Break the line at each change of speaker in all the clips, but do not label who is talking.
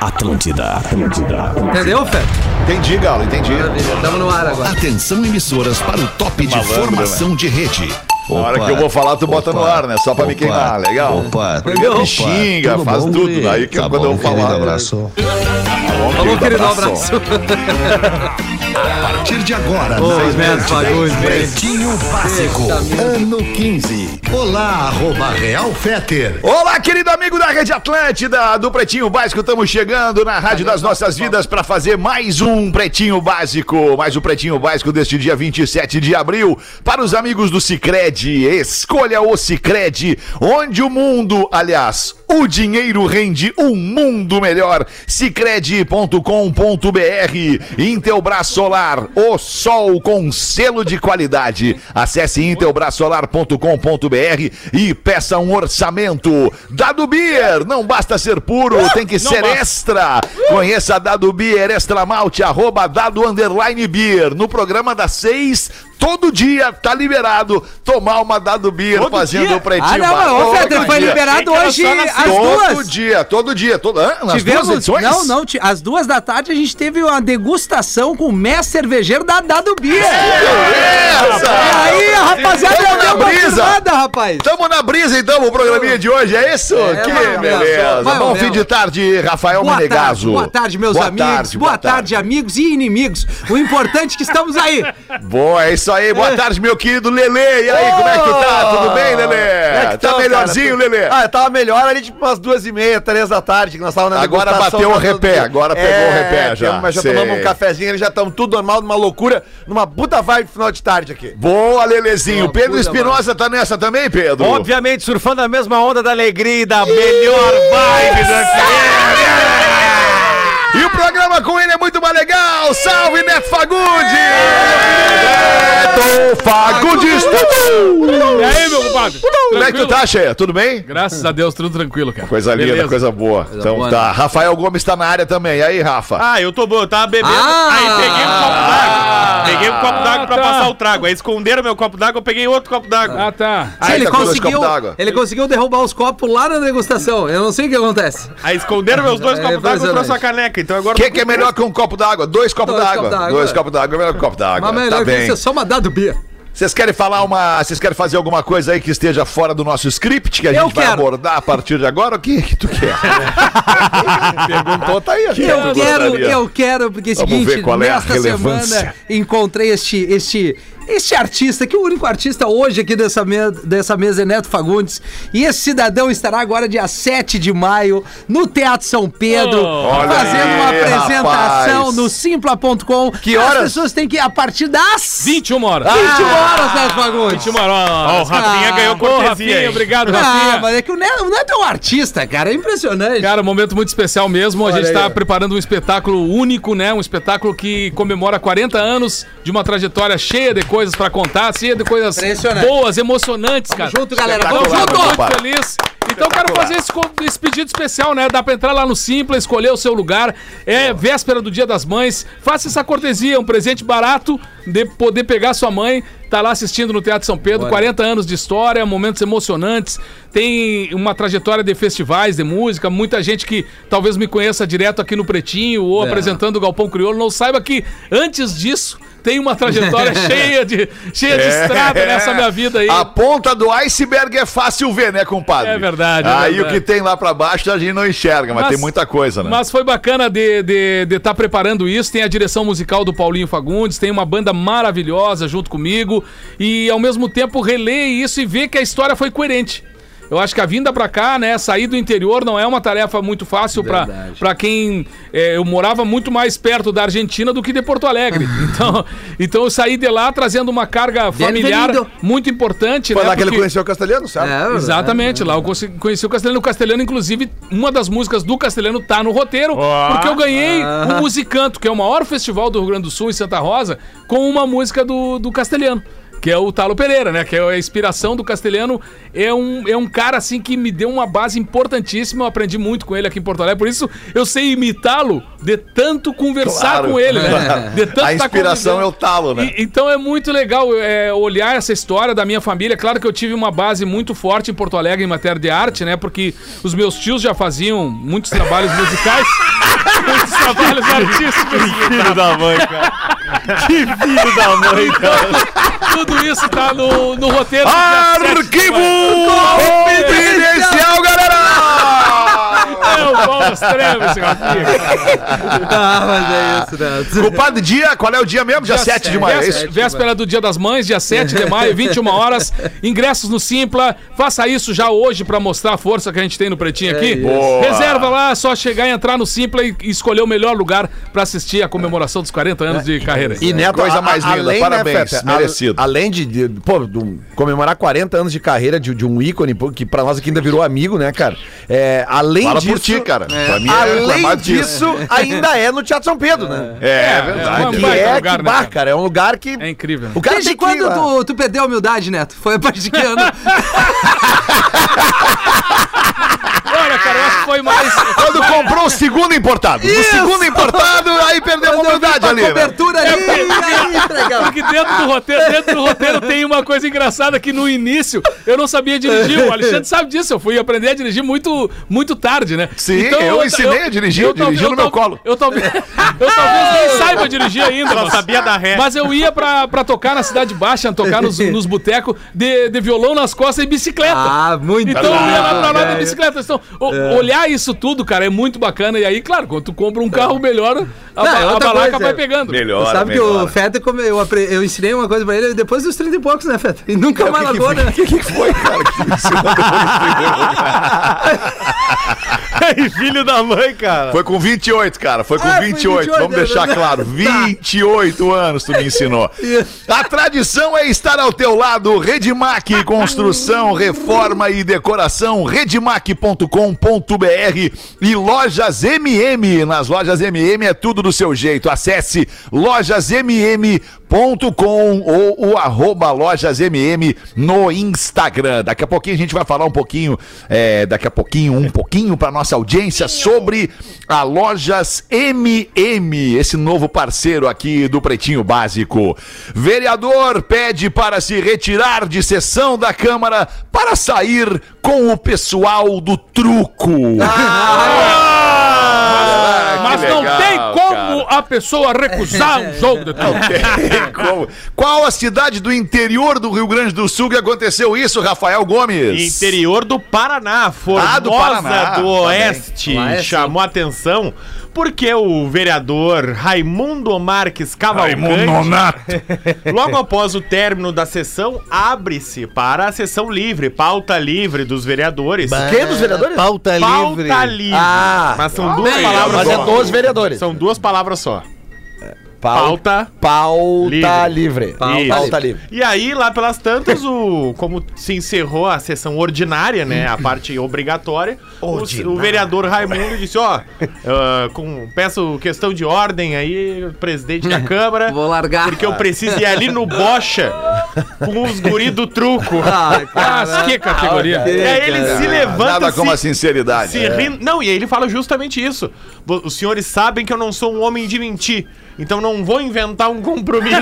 Atlântida, Atlântida, Atlântida.
Entendeu, Fé?
Entendi, Galo, entendi.
Estamos no ar agora.
Atenção emissoras para o top de
Malandro, né?
formação de rede.
Na hora que eu vou falar, tu bota no ar, né? Só pra me queimar, legal?
Opa,
Primeiro me xinga, faz tudo. Aí que
tá
quando
bom,
eu falar. Tá
Querido abraço.
Falou, querido, um abraço.
A partir de agora,
Ô,
na
os meus bagulhos, velho.
né? Pretinho Básico, ano 15. Olá, arroba Real Feter.
Olá, querido amigo da Rede Atlântida, do Pretinho Básico, estamos chegando na Rádio das Nossas Vidas para fazer mais um Pretinho Básico, mais o Pretinho Básico deste dia 27 de abril, para os amigos do Cicred, escolha o Cicred, onde o mundo, aliás, o dinheiro rende um mundo melhor, cicred.com.br, Intelbras Solar, o sol com selo de qualidade, acesse intelbrasolar.com.br e peça um orçamento. Dado Beer, não basta ser puro, tem que ser extra. Conheça a Dado Beer Extra Malte, arroba Dado Underline Beer. No programa das seis, todo dia tá liberado tomar uma Dado Beer fazendo o pretinho.
Ah, não, mas
Básico.
ô, Fetter, foi
Todo dia.
liberado
Achei
hoje
que era só nas-
às
Todo
duas.
dia, todo dia. Todo... Hã? Nas
Tivemos,
duas edições?
não, não, ti- às duas da tarde a gente teve uma degustação com o mestre cervejeiro da Dado Bia.
É,
E
Beleza!
aí, rapaziada,
Tamo
eu dei
na
uma
brisa!
firmada, rapaz.
Tamo na brisa, então, o programinha de hoje, é isso?
É,
que
vai, vai,
beleza!
vai,
Bom
vai,
fim de tarde, Rafael
Boa tarde,
Menegaso.
boa tarde, meus
Boa
amigos.
tarde,
boa tarde, amigos e inimigos. O importante é que estamos aí.
Boa, é isso aí. Boa tarde, meu querido Lele. E aí, como é que tá? Tudo bem, Lele?
Como é que
tá
tão,
melhorzinho,
cara?
Lele?
Ah, eu tava melhor ali tipo umas duas e meia, três da tarde, que nós tava na tá
Agora
degustação
bateu o
da-
repé, agora pegou o repé já,
temos- É, Mas já
sei.
tomamos um cafezinho, eles já estamos tudo normal, numa loucura, numa puta vibe final de tarde aqui.
Boa, Lelezinho.
Boa,
Pedro
puta,
Espinosa tá nessa também, Pedro?
Obviamente, surfando a mesma onda da alegria e da melhor vibe
né,
E o programa com ele é muito mais legal. Salve, Neto Fagundes! Neto Fagundes!
E aí, meu compadre?
Como é que tu
Tranquilo?
tá, Cheia? Tudo bem?
Graças a Deus, tudo tranquilo, cara.
Coisa linda,
Beleza.
coisa boa. então
boa, né?
tá. Rafael Gomes tá na área também. E aí, Rafa?
Ah, eu tô bom, eu tava bebendo.
Ah!
aí peguei um copo d'água.
Ah!
Peguei um copo d'água pra
Ah, tá.
passar o trago. Aí esconderam meu copo d'água, eu peguei outro copo d'água.
Ah, tá.
Sim, ele,
tá com dois
conseguiu,
copos d'água.
ele conseguiu derrubar os copos lá na degustação. Eu não sei o que acontece.
Aí esconderam meus dois
É
copos d'água e eu
impressionante.
trouxe a caneca. Então
O
agora.
que, que é melhor que um copo d'água? Dois copos
Dois
d'água.
copos d'água,
Dois
é.
copos d'água é melhor que um copo d'água.
Mas melhor
Tá
que
bem.
isso é só uma Dado Bia.
Vocês querem falar uma. Vocês querem fazer alguma coisa aí que esteja fora do nosso script que a
Eu
gente vai
quero.
abordar a partir de agora? O que, que tu quer? Perguntou, tá aí.
Eu quero, eu quero, porque é o
Vamos
seguinte,
ver qual é a
nesta
relevância.
semana encontrei este, este, este artista, que é o único artista hoje aqui dessa, me- dessa mesa é Neto Fagundes. E esse cidadão estará agora dia 7 de maio no Teatro São Pedro,
Oh, Olha
fazendo
aí,
uma apresentação
rapaz.
no Simpla.com.
Que horas? Ah!
As pessoas têm que ir a partir das 20
21 horas.
horas, Neto Fagundes.
21 horas.
Ó, o Rafinha
Ah,
ganhou
Ô,
cortesia.
Rafinha,
hein?
obrigado,
Ah,
Rafinha.
mas é que o Neto, o Neto é um artista, cara, é impressionante.
Cara, um momento muito especial mesmo. A
Olha
gente
aí,
está
ó.
preparando um espetáculo único, né? Um espetáculo que comemora 40 anos de uma trajetória cheia de coisas pra contar, cheia de coisas
Impressionante.
boas, emocionantes, cara.
junto, galera,
Tamo
Tá vamos
Espetacular,
junto!
junto,
meu
muito
compadre.
feliz. Então quero fazer esse, con- esse pedido especial, né? Dá pra entrar lá no Simpla, escolher o seu lugar. É véspera do Dia das Mães. Faça essa cortesia, é um presente barato de poder pegar sua mãe. Tá lá assistindo no Teatro São Pedro, 40 anos de história, momentos emocionantes. Tem uma trajetória de festivais, de música. Muita gente que talvez me conheça direto aqui no Pretinho ou apresentando o Galpão Crioulo não saiba que antes disso tem uma trajetória cheia de, cheia de estrada nessa minha vida aí.
É. A ponta do iceberg é fácil ver, né, compadre?
É verdade, é
aí
verdade.
o que tem lá pra baixo a gente não enxerga, mas,
Mas-
tem muita coisa, né?
Mas foi bacana de estar de, de tá preparando isso. Tem a direção musical do Paulinho Fagundes, tem uma banda maravilhosa junto comigo. E ao mesmo tempo reler isso e ver que a história foi coerente. Eu acho que a vinda pra cá, né, sair do interior não é uma tarefa muito fácil pra pra quem é, eu morava muito mais perto da Argentina do que de Porto Alegre. Então, então eu saí de lá trazendo uma carga familiar
Bem-vindo.
muito importante,
Foi
né?
lá é que ele
porque-
conheceu o castelhano,
É,
sabe?
verdade.
Exatamente, lá eu conse- conheci o Castelhano. O Castelhano, inclusive, uma das músicas do Castelhano tá no roteiro, porque eu ganhei o Musicanto, que é o maior festival do Rio Grande do Sul, em Santa Rosa, com uma música do, do Castelhano. Que é o Talo Pereira, né? Que é a inspiração do castelhano. É um, é um cara, assim, que me deu uma base importantíssima. Eu aprendi muito com ele aqui em Porto Alegre. Por isso, eu sei imitá-lo de tanto conversar
Claro,
com ele, né?
claro.
De tanto
A
tá
inspiração é o talo, né?
E- então é muito legal é, olhar essa história da minha família. Claro que eu tive uma base muito forte em Porto Alegre em matéria de arte, né? Porque os meus tios já faziam muitos trabalhos musicais. Muitos trabalhos artísticos.
Filho da mãe, cara. Que filho da mãe, cara.
Então,
Ah!
Tudo isso tá no, no roteiro. do dia 17 de
Arquivo
confidencial,
confidencial, galera!
maio. Eu vou aos trevos, esse rapaz.
Ah, mas é isso, né?
Culpado dia, qual é o dia mesmo? Dia, 7 de maio. é
Vés-
isso?
Véspera do Dia das Mães, dia 7 de maio, 21 horas. Ingressos no Simpla. Faça isso já hoje pra mostrar a força que a gente tem no
É
Pretinho aqui.
isso.
Boa.
Reserva lá, é só chegar e entrar no Simpla e escolher o melhor lugar pra assistir a comemoração dos 40 anos
É.
de carreira.
E Neto,
Coisa
a-
mais
a-
linda,
além,
parabéns,
Feta,
merecido.
a- além de, de- pô, de um- comemorar 40 anos de carreira de, de um ícone, pô, que pra nós aqui ainda virou amigo, né, cara? É, além
Fala
disso,
por ti, cara. Pra mim é
além
reclamar
disso, ainda é no Teatro São Pedro, né?
É, é
É,
verdade.
Que
baita
é
lugar,
que
né,
bar,
cara?
cara? É um lugar que.
É incrível.
O cara
Desde
tem que ir
quando
lá.
tu, tu perdeu a humildade, Neto? Foi a partir de que ano?
Olha, cara, eu acho que foi mais.
Quando comprou o segundo importado. O segundo importado, aí perdeu a
Quando eu vi
humildade
tua
ali. né?
cobertura ali, aí entregava.
Porque dentro do roteiro, dentro do roteiro tem uma coisa engraçada que no início eu não sabia dirigir. O Alexandre sabe disso. Eu fui aprender a dirigir muito, muito tarde, né?
Sim, eu ensinei a dirigir, eu dirigi
tal-
no meu
tal-
colo.
Eu talvez, eu talvez nem saiba dirigir ainda.
Só
mas-
sabia da ré.
Mas eu ia pra, pra tocar na Cidade Baixa, tocar nos, nos botecos de, de violão nas costas e bicicleta.
Ah, muito
Então eu ia lá pra
bom,
lá de
velho.
bicicleta. Então, o- olhar isso tudo, cara, é muito bacana. E aí, claro, quando tu compra um carro melhor, a,
Não, é
ba- a
outra
balaca
coisa.
vai pegando.
Tu
Melhor.
sabe que o Feta, como eu, apre- eu ensinei uma coisa pra ele depois dos 30 e poucos, né, Feta? E nunca mais largou, né?
Que filho da mãe, cara.
Foi com 28, cara. Foi com
Ah, foi
28.
28, é
Vamos deixar
verdade.
claro. Tá. 28 anos tu me ensinou. A tradição é estar ao teu lado. Redmac, construção, reforma e decoração. Redmac.com.br e lojas MM. Nas lojas MM é tudo do seu jeito. Acesse lojasmm.com ou o arroba lojasmm no Instagram. Daqui a pouquinho a gente vai falar um pouquinho, é, daqui a pouquinho, um pouquinho para nossa audiência sobre a Lojas MM, esse novo parceiro aqui do Pretinho Básico. Vereador pede para se retirar de sessão da Câmara para sair com o pessoal do truco. Ah, que
Mas não
legal,
tem
cara.
como a pessoa recusar um jogo de truco.
Tem como. Qual a cidade do interior do Rio Grande do Sul que aconteceu isso, Rafael Gomes?
Interior do Paraná, Formosa
Ah, do
do,
Paraná, tá bem.
Oeste,
Lá é assim.
chamou atenção porque o vereador Raimundo Marques
É
Cavalcante,
né?
logo após o término da sessão, abre-se para a sessão livre, pauta livre dos vereadores.
Quem dos vereadores?
É, Pauta,
Pauta
livre.
livre.
Ah,
mas são duas palavras
Mas é
só.
dos vereadores.
São duas palavras só.
Pau-
Pauta
Pauta livre.
tá
Isso.
Pauta tá livre.
E aí, lá pelas tantas, o, como se encerrou a sessão ordinária, né? A parte obrigatória, o, o vereador Raimundo disse, ó, ah, com, peço questão de ordem aí, presidente da Câmara.
Vou largar.
Porque eu preciso ir ali no bocha com os guri do truco.
Ah, cara.
Mas que
Ah,
categoria.
e aí É, ele se levanta.
Nada como a
se-
sinceridade. É.
se ri- Não, e aí ele fala justamente isso. Vo- Os senhores sabem que eu não sou um homem de mentir. Então não vou inventar um compromisso.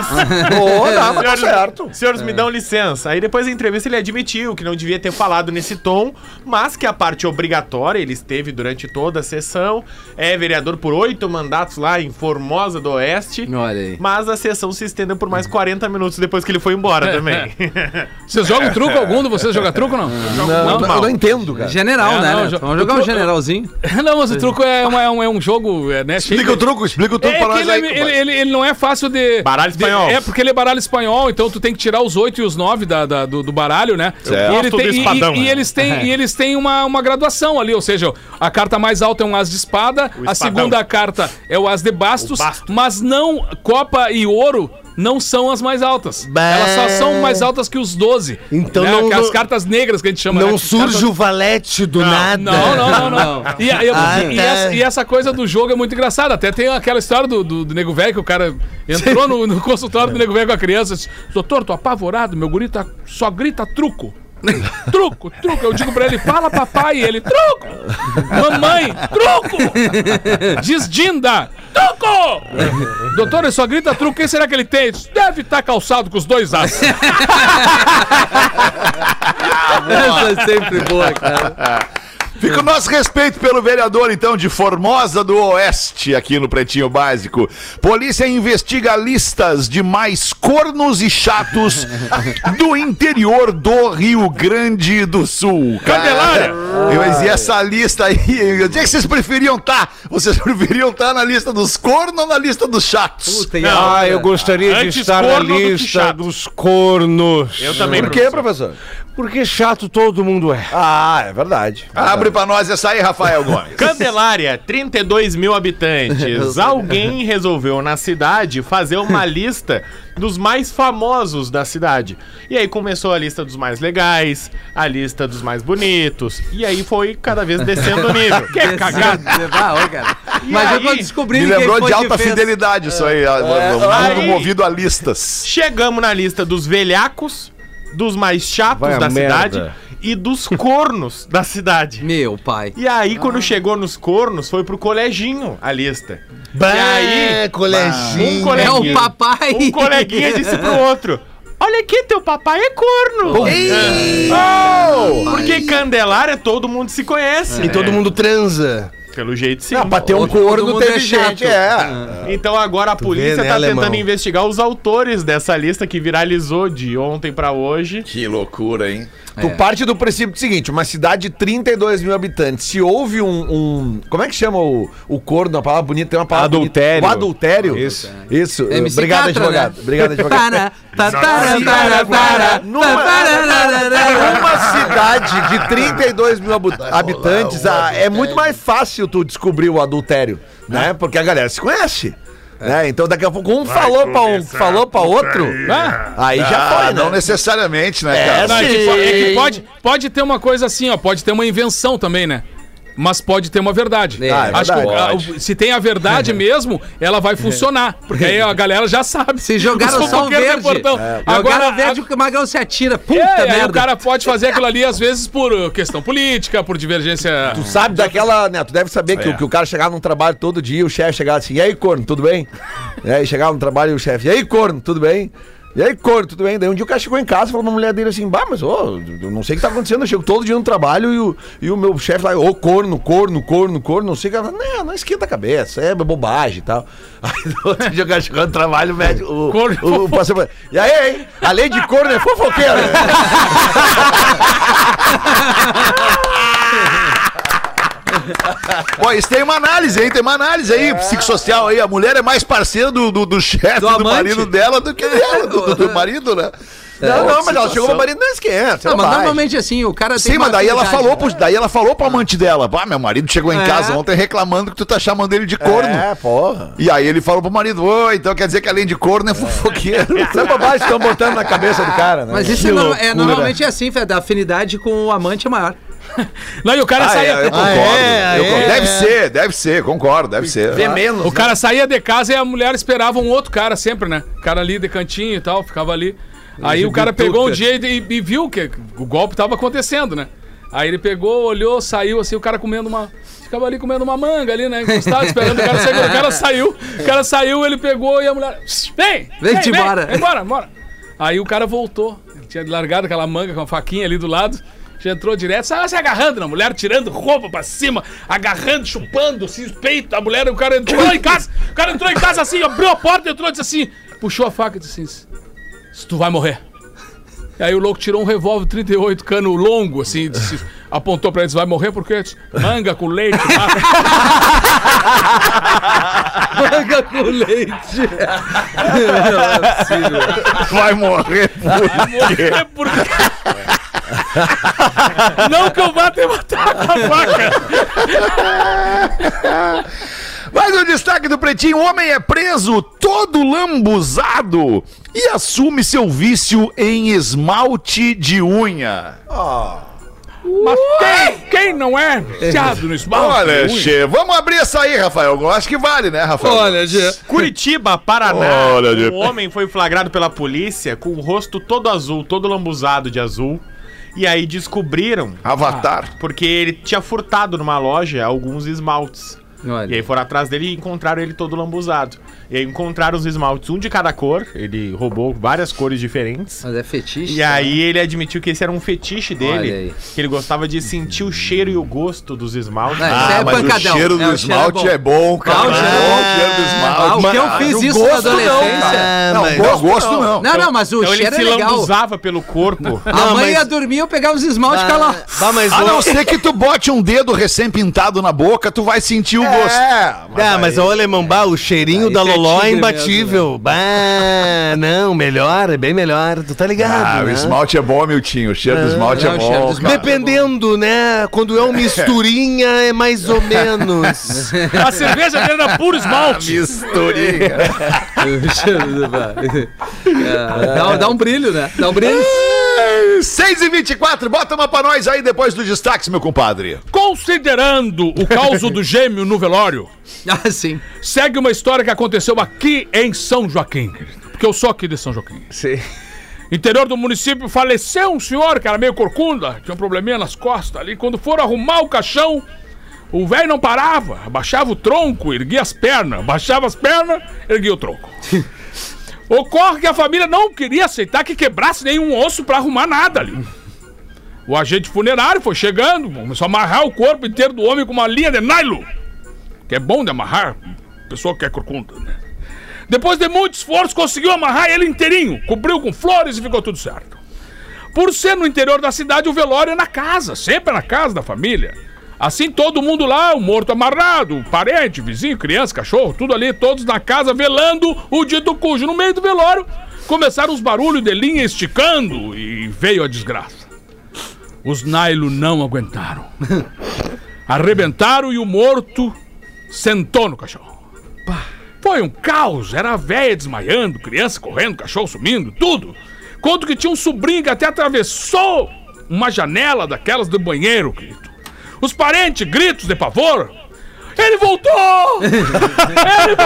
Ô, não, mas tá
Senhores,
certo.
senhores, me dão licença. Aí depois da entrevista ele admitiu que não devia ter falado nesse tom, mas que a parte obrigatória ele esteve durante toda a sessão. É vereador por oito mandatos lá em Formosa do Oeste.
Olha aí.
Mas a sessão se estendeu por mais 40 minutos depois que ele foi embora também.
Vocês jogam truco algum? de Vocês jogam truco ou não?
Não,
Não,
eu não entendo, cara.
General,
É,
né?
não,
Neto?
jo-
Vamos jogar um
eu-
generalzinho.
Não, mas o truco é, uma- é um, é um jogo, é, né? cheio
Explica
de-
o truco, explica o truco
É
para
que
nós
ele,
aí.
ele, ele- ele não é fácil de.
Baralho
de-
espanhol.
é, porque ele é baralho espanhol, então tu tem que tirar os oito e os nove da, da- do, do baralho, né?
Certo.
E, ele
Gosto
tem-
do
e-
espadão,
e- e
né?
eles têm, e eles têm uma, uma graduação ali, ou seja, a carta mais alta é um as de espada, a
espadão.
segunda carta é o as de bastos,
O basto.
mas não Copa e ouro. Não são as mais altas.
Bah.
Elas só são mais altas que os 12.
Então
né?
não-
Que As
não-
cartas negras que a gente chama. né?
Não
Que
surge o valete do nada.
não, não, não, não. E, a- eu-
Ah,
e
tá.
essa, e essa coisa do jogo é muito engraçada. Até tem aquela história do, do, do nego velho que o cara entrou no, no consultório do nego velho com a criança. Disse, Doutor, tô apavorado, meu guri tá- só grita truco. truco, truco. Eu digo pra ele, fala papai. E ele, truco. Mamãe, truco. Diz Dinda, truco. Doutor, ele só grita truco. Quem será que ele tem? Diz, Deve estar calçado com os dois as.
Essa é sempre boa, cara.
Fica o nosso respeito pelo vereador, então, de Formosa do Oeste, aqui no Pretinho Básico. Polícia investiga listas de mais cornos e chatos do interior do Rio Grande do Sul. Candelária! Mas e essa lista aí? Onde é que vocês preferiam estar? Vocês preferiam estar na lista dos cornos ou na lista dos chatos?
Puta, e
Ah,
a-
eu gostaria
Antes
de estar na
corno do que
lista
chato.
dos cornos.
Eu também.
Por quê, professor?
Porque chato todo mundo é.
Ah, é verdade.
Abre pra nós essa aí, Rafael Gomes.
Candelária, 32 mil habitantes. Alguém resolveu na cidade fazer uma lista dos mais famosos da cidade. E aí começou a lista dos mais legais, a lista dos mais bonitos. E aí foi cada vez descendo o nível. que
Esse- Ah, ô, cara. Mas eu
aí?
quando descobri
Me
quem
lembrou
foi
de
que
alta
fez.
fidelidade isso aí, a- mundo
Aí.
movido a listas.
Chegamos na lista dos velhacos, dos mais chatos
Vai a
da
merda.
cidade e dos cornos da cidade.
Meu pai.
E aí,
Ah.
quando chegou nos cornos, foi pro coleginho a lista.
Bah,
e aí,
coleginho.
um coleguinha,
É o papai.
Um coleguinha disse pro outro: Olha aqui, teu papai é corno. Oh, porque Candelária todo mundo se conhece.
E
né?
É.
todo mundo transa.
Pelo jeito sim.
bater um
Todo mundo
corno
é
teve
chato.
gente, é.
Então agora a polícia
vê, né,
tá
alemão?
tentando investigar os autores dessa lista que viralizou de ontem pra hoje.
Que loucura, hein?
É.
Tu parte do princípio seguinte, uma cidade de 32 mil habitantes, se houve um... um- como é que chama o, o corno, uma palavra bonita? Tem uma palavra
Adultério.
Bonita. O adultério.
Isso.
Isso.
É MC
Obrigado,
Catra,
advogado.
né?
Obrigado, advogado.
Para, tá, para,
é,
para, para,
Numa-
tá, para, para, para.
Uma cidade de 32 mil abu- habitantes, ah, é muito mais fácil tu descobrir o adultério,
É.
né? Porque a galera se conhece. Né? Então daqui a pouco um falou pra um, falou pra outro, aí já
Ah,
foi,
não
né?
necessariamente, né,
É,
Não,
cara?
é que, po- é que
Sim.
pode, pode ter uma coisa assim, ó. Pode ter uma invenção também, né? Mas pode ter uma verdade.
É,
Ah, é
Acho que o-
verdade.
a- o- se tem a verdade mesmo, ela vai funcionar. Porque aí a galera já sabe.
Se jogaram
Os
só o
fofoqueiros
verde.
têm portão.
Agora
Agora,
o verde, o Magrão se atira. Puta
É, aí o
merda.
cara pode fazer aquilo ali, às vezes, por uh, questão política, por divergência.
Tu sabe daquela, né? Tu deve saber que, o- que o cara chegava num trabalho todo dia, o chefe chegava assim, e aí, corno, tudo bem? É, e aí chegava no trabalho e o chefe, e aí, corno, tudo bem? E aí, corno, tudo bem? Daí um dia o cara chegou em casa e falou pra mulher dele assim, bah, mas ô, eu não sei o que tá acontecendo, eu chego todo dia no trabalho e o, e o meu chefe lá, ô, corno, corno, corno, corno, não sei o que. Ela fala, não, não esquenta a cabeça, é bobagem e tal. Aí no outro dia o cara chegou no trabalho, o médico, o,
Corno.
o, o pastor falou, e aí, hein? Além de corno, é fofoqueiro.
Ó, isso tem uma análise aí, tem uma análise aí, psicossocial aí. A mulher é mais parceira do, do, do chefe,
Do
do,
amante. É,
marido dela do que dela, do, do- do marido, né?
não, não, mas ela chegou pro
pra
marido, não esquenta, é
Não, mas
bobagem."
normalmente assim, o cara tem.
Sim, mas daí ela
maturidade,
falou,
né?
pro, daí ela falou pro amante dela, pá, meu marido chegou em
É.
casa ontem reclamando que tu tá chamando ele de corno.
É, porra.
E aí ele falou pro marido, ô, então quer dizer que além de corno é fofoqueiro.
Essa é bobagem que estão botando na cabeça do cara, né?
Mas isso é, no- é, normalmente é assim, Fé, da afinidade com o amante é maior.
Não, e o cara
Ah,
saía.
é, eu concordo.
Ah,
é,
eu
é,
concordo.
é.
Deve ser, deve ser, concordo, deve
Tá.
ser.
menos.
O cara saía de casa e a mulher esperava um outro cara sempre, né? O cara ali de cantinho e tal, ficava ali. Aí o cara pegou um dia e, e viu que o golpe tava acontecendo, né? Aí ele pegou, olhou, saiu assim, o cara comendo uma. Ficava ali comendo uma manga ali, né? Encostado, esperando o cara sair. O cara saiu, o cara saiu, ele pegou e a mulher. Vem!
te embora."
Vem embora, bora. Aí o cara voltou. Ele tinha largado aquela manga com a faquinha ali do lado. Já entrou direto, saiu se agarrando na mulher, tirando roupa pra cima, agarrando, chupando, assim, o peito da mulher. O cara entrou em casa, o cara entrou em casa assim, abriu a porta, entrou e disse assim, puxou a faca e disse assim, se tu vai morrer. E aí o louco tirou um revólver 38 cano longo, assim, e disse, apontou pra ele, disse, vai morrer por quê? Eu disse, Manga com leite, mata."
É,
Manga com leite.
Vai morrer. puta.
morrer por quê? Não que eu vá te matar com a faca.
Mais um destaque do Pretinho, o homem é preso todo lambuzado e assume seu vício em esmalte de unha.
Mas quem, quem não é viciado no esmalte?
Olha,
Ui.
che, vamos abrir essa aí, Rafael. Eu acho que vale, né, Rafael?
Olha, Gê.
Curitiba, Paraná.
Olha, de-
um homem foi flagrado pela polícia com o rosto todo azul, todo lambuzado de azul. E aí descobriram
Avatar.
porque ele tinha furtado numa loja alguns esmaltes.
Olha.
E aí foram atrás dele e encontraram ele todo lambuzado. E aí encontraram os esmaltes, um de cada cor. Ele roubou várias cores diferentes.
Mas é fetiche.
E
né?
aí ele admitiu que esse era um fetiche
Olha
dele,
aí.
que ele gostava de sentir o cheiro e o gosto dos esmaltes.
É, isso
Ah,
é
mas
pancadão.
o cheiro do
É, o cheiro é
esmalte
bom.
é bom, cara.
Ah, o cheiro-
É bom o cheiro do
Ah, o
esmalte.
que eu
cara.
fiz
O
isso na
gosto
adolescência.
Ah,
Não, cara. não, o gosto não.
Não, não, mas o
então
cheiro
ele se
é legal.
lambuzava pelo corpo.
A mãe
mas-
ia dormir, eu pegava os esmaltes e ficava lá.
ah, Bah, mas o-
A Ah, não ser que tu bote um dedo recém-pintado na boca, tu vai sentir o gosto.
Ah, mas o alemão, bah, o cheirinho
Ah,
Aí
da
você
Loló é
tigre mesmo,
né?
imbatível. Bah, não, melhor, é bem melhor. Tu tá ligado,
Ah, o
né?
esmalte é bom, Miltinho. O cheiro do esmalte
não,
é
o cheiro do
bom.
esmalte-
cara.
Dependendo, né? Quando é uma misturinha, é mais ou menos.
A cerveja dele era puro esmalte.
Misturinha.
Ah,
É, dá, dá um brilho, né? Dá um brilho.
6 e 24 bota uma pra nós aí depois dos destaques, meu compadre.
Considerando o caso do gêmeo no velório,
Ah, sim.
segue uma história que aconteceu aqui em São Joaquim. Porque eu sou aqui de São Joaquim.
Sim.
Interior do município, faleceu um senhor que era meio corcunda, tinha um probleminha nas costas ali. Quando foram arrumar o caixão, o velho não parava, abaixava o tronco, erguia as pernas, abaixava as pernas, erguia o tronco. Ocorre que a família não queria aceitar que quebrasse nenhum osso pra arrumar nada ali. O agente funerário foi chegando, começou a amarrar o corpo inteiro do homem com uma linha de nylon. Que é bom de amarrar, pessoa que é corcunda, né? Depois de muito esforço, conseguiu amarrar ele inteirinho, cobriu com flores e ficou tudo certo. Por ser no interior da cidade, o velório é na casa, sempre é na casa da família. Assim, todo mundo lá, o morto amarrado, o parente, vizinho, criança, cachorro, tudo ali, todos na casa velando o dito cujo. No meio do velório, começaram os barulhos de linha esticando e veio a desgraça. Os nylon não aguentaram. Arrebentaram e o morto sentou no caixão. Foi um caos, era a véia desmaiando, criança correndo, cachorro sumindo, tudo. Conto que tinha um sobrinho que até atravessou uma janela daquelas do banheiro, querido. Os parentes, gritos de pavor. Ele voltou! Ele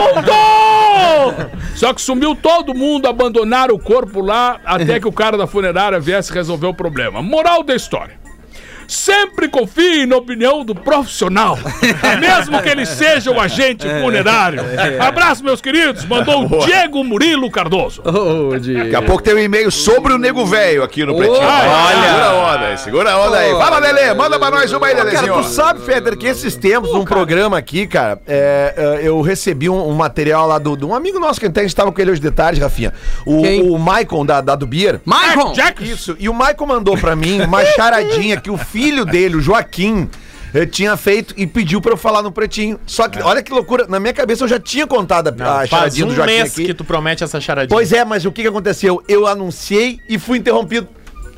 voltou! Só que sumiu todo mundo, abandonaram o corpo lá até que o cara da funerária viesse resolver o problema. Moral da história. Sempre confie na opinião do profissional, mesmo que ele seja o agente funerário. Abraço, meus queridos. Mandou o Diego Murilo Cardoso.
Ô, Diego.
Daqui a pouco tem um e-mail sobre o nego velho aqui no Pretinho.
olha.
Segura a onda aí, segura a onda aí. Fala, Lelê, manda pra nós uma aí,
Cara,
Lelezinho.
tu sabe, Feder, que esses tempos, um programa aqui, cara, é, é, eu recebi um, um material lá do, de um amigo nosso que até a gente tava com ele hoje de tarde, Rafinha. O,
Quem?
o Maicon da, da do Beer.
Michael!
É,
Jack,
Isso, e o Maicon mandou pra mim uma charadinha que o filho dele, o Joaquim, eh, tinha feito e pediu pra eu falar no pretinho. Só
É.
que, olha que loucura, na minha cabeça eu já tinha contado a, a
Faz
charadinha
um
do Joaquim
mês
aqui.
que tu promete essa charadinha.
Pois é, mas o que, que aconteceu? Eu anunciei e fui interrompido.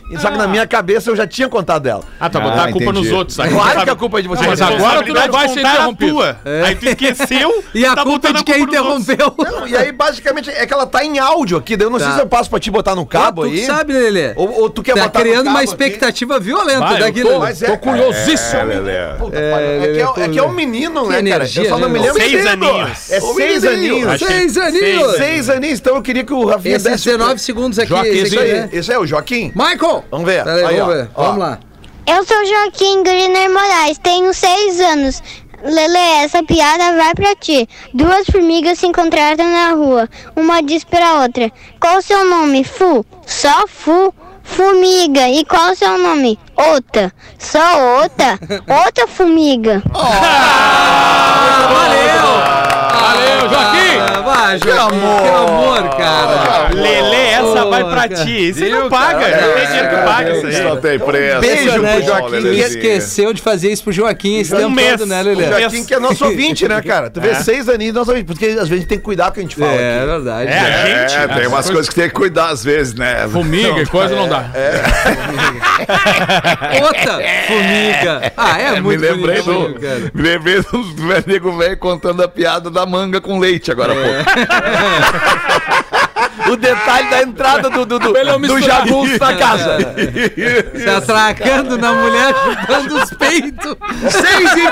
E Só que na minha cabeça eu já tinha contado ela.
Ah, tá,
Ah,
botar a culpa
entendi.
nos outros. Aí tu
Claro que
sabe-
a culpa é de
Não,
vocês.
mas
Mas
agora tu não vai
ser
a
interrompido.
tua. Aí tu esqueceu
E a
tá
culpa é
botando
de quem
culpa nos outros.
interrompeu.
Não, e aí basicamente é que ela tá em áudio aqui, daí eu não
Tá.
sei se eu passo pra te botar no cabo
tu que
aí.
sabe, Lelê.
Ou, ou tu quer
Tá
botar no
criando
cabo
uma
aqui.
expectativa violenta
Vai, eu
daquilo.
tô-
Mas é,
tô curiosíssimo.
É, Lelê.
Puta, pai, é, que é, é que é um menino, né,
energia,
cara? Eu só não
né,
me
meu?
lembro
Seis
dele, pô.
aninhos.
É
O
seis
menininho.
aninhos.
Achei-
Seis aninhos.
Seis.
Seis aninhos, então eu queria que o Rafinha
Esses
o-
19 segundos aqui.
Joaquim,
esse
Isso
aqui,
aí,
né?
esse é o Joaquim?
Michael!
Vamos ver.
Peraí,
Aí,
vamos
ó,
ver.
ó.
Vamos lá.
Eu sou Joaquim Griner Moraes, tenho seis anos. Lele, essa piada vai pra ti. Duas formigas se encontraram na rua. Uma diz pra outra: Qual o seu nome? Fu. Só Fu. Fumiga. E qual o seu nome? Ota. Só Ota. Outra fumiga.
Ah,
Valeu, Joaquim.
Ah, vai, Joaquim. Que amor. cara.
Lelê, essa
Ô,
vai pra
cara.
ti. Esse aí
Viu,
não paga.
cara?
Não tem dinheiro que paga isso
É, Isso não
aí.
tem preço.
Ah, beijo pro
né,
Bom,
Joaquim. Um
Tu
Lelezinho.
esqueceu de fazer isso pro Joaquim esse tempo
mês.
todo, né,
O
Lelê?
Joaquim que é nosso ouvinte, né, cara? Tu vê seis aninhos, nosso ouvinte. Porque às vezes a gente tem que cuidar com o que a gente fala
É,
aqui.
verdade.
É, a gente.
É, tem umas coisas que tem que cuidar às vezes, né?
Fumiga e coisa não dá.
É,
Outra formiga. Ah, é
É. Me
muito
lembrei,
bonito,
do,
cara.
me lembrei do nego velho contando a piada da manga com leite agora, há pouco.
o detalhe da entrada do, do, do,
Ele é um
do
misturado.
jagunço na casa.
Se Tá atracando na mulher, chupando os peitos.
6 e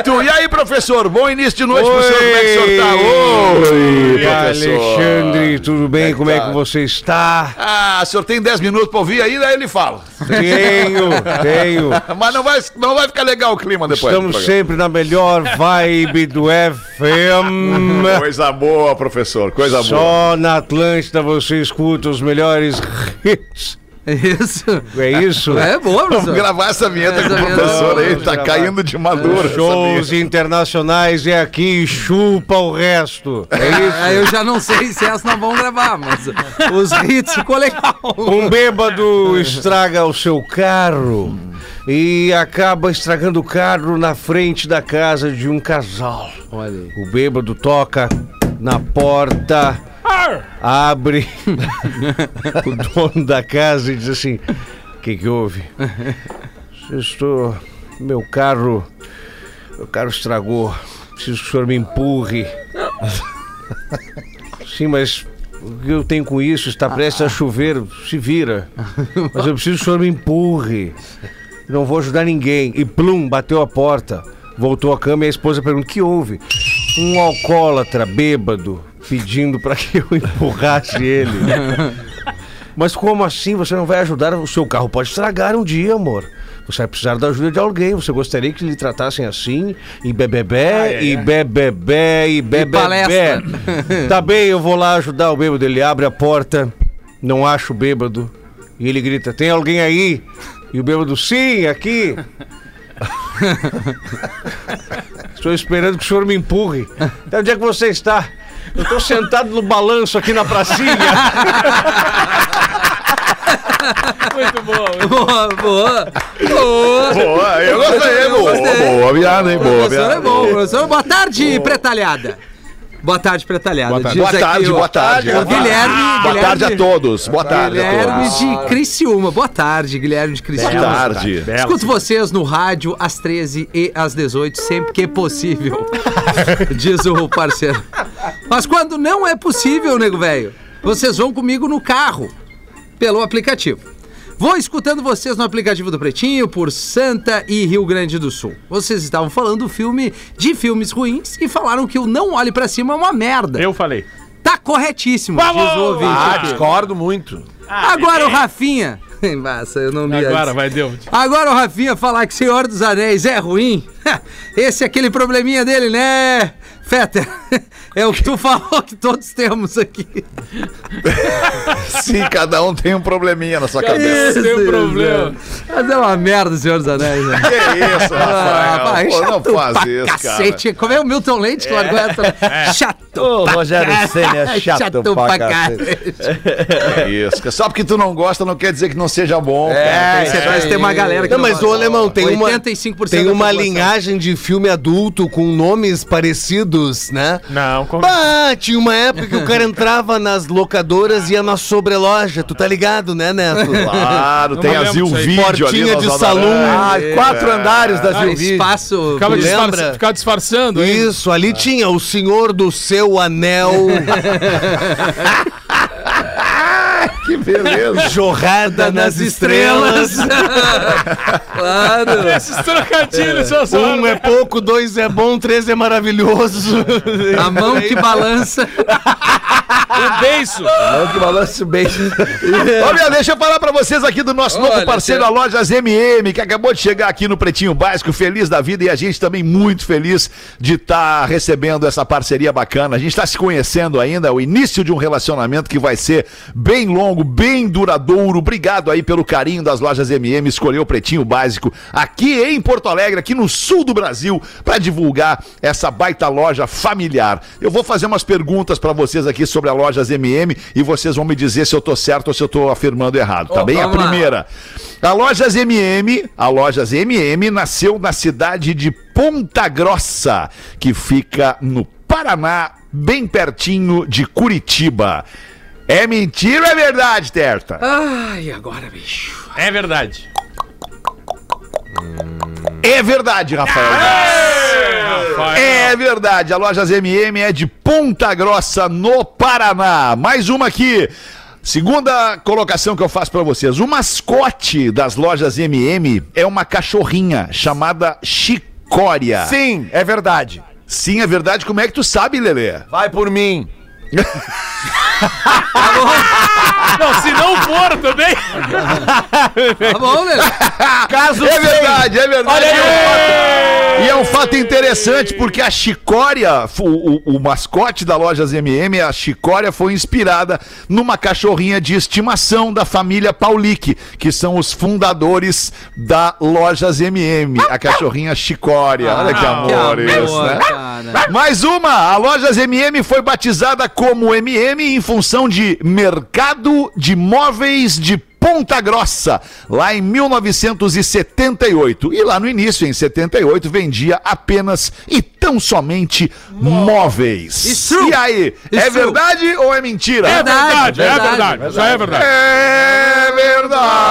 28 E aí, professor? Bom início de noite, professor. Como é que o senhor tá?
Oi,
Oi, professor.
Alexandre, tudo bem? Como é que você está?
Ah, o senhor tem 10 minutos pra ouvir aí, daí ele fala.
Tenho, tenho.
Mas não vai, não vai ficar legal o clima depois. do
Estamos
programa.
sempre na melhor vibe do FM.
Coisa boa, professor. Coisa boa.
né? Só na Atlântida você escuta os melhores hits.
Isso.
É isso?
É boa,
Vamos
professor.
gravar essa vinheta com o professor aí. Tá caindo de madura.
Shows
essa vinheta.
internacionais é aqui e chupa o resto.
É, eu já não sei se essas não vão gravar, mas os hits ficou legal.
Um bêbado estraga o seu carro e acaba estragando o carro na frente da casa de um casal.
Olha aí.
O bêbado toca na porta, abre o dono da casa e diz assim: O que, que houve? Eu Estou. Meu carro. Meu carro estragou. Preciso que o senhor me empurre. Sim, mas o que eu tenho com isso? Está prestes a chover, se vira. Mas eu preciso que o senhor me empurre. Não vou ajudar ninguém. E plum, bateu a porta. Voltou à cama e a esposa pergunta: o que houve? Um alcoólatra bêbado pedindo para que eu empurrasse ele. Mas como assim você não vai ajudar? O seu carro pode estragar um dia, amor. Você vai precisar da ajuda de alguém. Você gostaria que lhe tratassem assim? E bebebé, e bebebé, e bebebé.
palestra.
Tá bem, eu vou lá ajudar o bêbado. Ele abre a porta, não acha o bêbado. E ele grita: Tem alguém aí? E o bêbado: Sim, aqui. Estou esperando que o senhor me empurre. Então, onde é que você está? Eu estou sentado no balanço aqui na pracinha.
Muito bom.
Boa, boa. Boa.
Boa, eu gostei, boa.
gostei.
Boa viada, hein? Boa
Professor é
viada.
bom, professor. Boa tarde, pretalhada. Boa tarde, pretalhada. Boa
Boa tarde, boa tarde.
O Guilherme.
Boa tarde a
Guilherme-
todos. Boa tarde a
Guilherme
todos.
de Criciúma. Boa tarde, Guilherme de Criciúma.
Boa tarde.
Escuto vocês no rádio às 13 e às 18, sempre que é possível, diz o parceiro. Mas quando não é possível, nego velho, vocês vão comigo no carro, pelo aplicativo. Vou escutando vocês no aplicativo do Pretinho por Santa e Rio Grande do Sul. Vocês estavam falando do filme de filmes ruins e falaram que o Não Olhe Pra Cima é uma merda.
Eu falei.
Tá corretíssimo, diz o ouvinte.
Ah,
aqui.
discordo muito.
Agora o Rafinha. Massa, eu não li
Ah, Agora
antes.
vai, deu.
Agora o Rafinha falar que Senhor dos Anéis é ruim. Esse é aquele probleminha dele, né, Feta? É o que tu falou que todos temos aqui.
Sim, cada um tem um probleminha na sua cabeça.
Isso, tem um problema.
é Mas é uma merda, Senhor dos Anéis. Né?
Que é isso,
Ah,
Rafael?
vai,
Pô, não
chato
faz
pra
isso, cara.
cacete. Como é o Milton Leite que largou essa? Chato.
Ô, Rogério Senna é chato pra
É isso. cara. Só porque tu não gosta não quer dizer que não seja bom.
É,
cara.
Você
Tem
vai
que-
ter uma galera que
Não, mas o
gosta.
alemão tem uma
85%
tem
da
uma
população.
linhagem de filme adulto com nomes parecidos, né?
Não, como...
Bah, tinha uma época que o cara entrava nas locadoras e ia na sobreloja, tu tá ligado, né, Neto?
Claro, tem
me lembro
Azil
disso aí.
Vídeo ali. É.
Portinha
no
de
Oswaldo
salão.
Aranha.
Ah, quatro andares da
é. Ah,
Zilvi.
espaço.
Ficava,
lembra?
disfarça- ficava disfarçando, hein?
Isso,
Ah.
ali tinha o senhor do seu anel,
Que beleza.
jorrada nas estrelas.
claro.
Esses trocadilhos, seus
Um é pouco, dois é bom, três é maravilhoso.
A mão que balança.
Um beijo.
Não, que balanço
um
bem.
Olha, deixa eu falar pra vocês aqui do nosso novo parceiro, a Lojas MM, que acabou de chegar aqui no Pretinho Básico, feliz da vida e a gente também muito feliz de estar recebendo essa parceria bacana. A gente está se conhecendo ainda, é o início de um relacionamento que vai ser bem longo, bem duradouro. Obrigado aí pelo carinho das Lojas MM, escolheu o Pretinho Básico aqui em Porto Alegre, aqui no sul do Brasil, pra divulgar essa baita loja familiar. Eu vou fazer umas perguntas pra vocês aqui sobre a Lojas MM e vocês vão me dizer se eu tô certo ou se eu tô afirmando errado, tá
Oh,
bem? A
vamos lá.
primeira. A Lojas MM, a Lojas MM nasceu na cidade de Ponta Grossa, que fica no Paraná, bem pertinho de Curitiba. É mentira ou é verdade, Terta?
Ai, agora, bicho.
É verdade.
É verdade, Rafael.
Rafael.
É é verdade. A Lojas MM é de Ponta Grossa, no Paraná. Mais uma aqui. Segunda colocação que eu faço pra vocês. O mascote das lojas MM é uma cachorrinha chamada Chicória.
Sim, é verdade.
Sim, é verdade. Como é que tu sabe, Lelê?
Vai por mim.
Não, se não for também. é
Tá bom, né?
Caso
É verdade, é verdade.
Olha aí.
É um fato. E é um fato interessante porque a Chicória, fu- o, o mascote da Lojas MM, a Chicória foi inspirada numa cachorrinha de estimação da família Paulic, que são os fundadores da Lojas MM, a cachorrinha Chicória. Olha que
Ah, que
amor, isso,
amor,
né?
cara.
Mais uma! A Lojas MM foi batizada como MM em função de Mercado de Móveis de Ponta Grossa, lá em 1978. E lá no início, em 78, vendia apenas e tão somente móveis.
It's true.
E aí, é
It's true.
verdade ou é mentira?
É verdade, é
Ah, verdade,
verdade. Isso aí é verdade.
É verdade!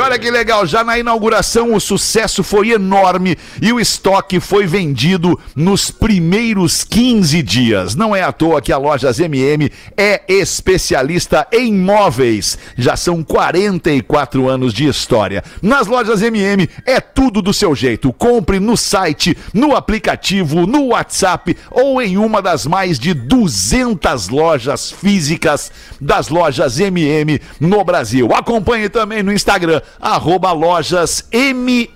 Olha que legal, já na inauguração o sucesso foi enorme e o estoque foi vendido nos primeiros 15 dias. Não é à toa que a Lojas MM é especialista em móveis. Já são 44 anos de história. Nas Lojas MM é tudo do seu jeito. Compre no site, no aplicativo, no WhatsApp ou em uma das mais de 200 lojas físicas das lojas MM no Brasil. Acompanhe também no Instagram, arroba lojas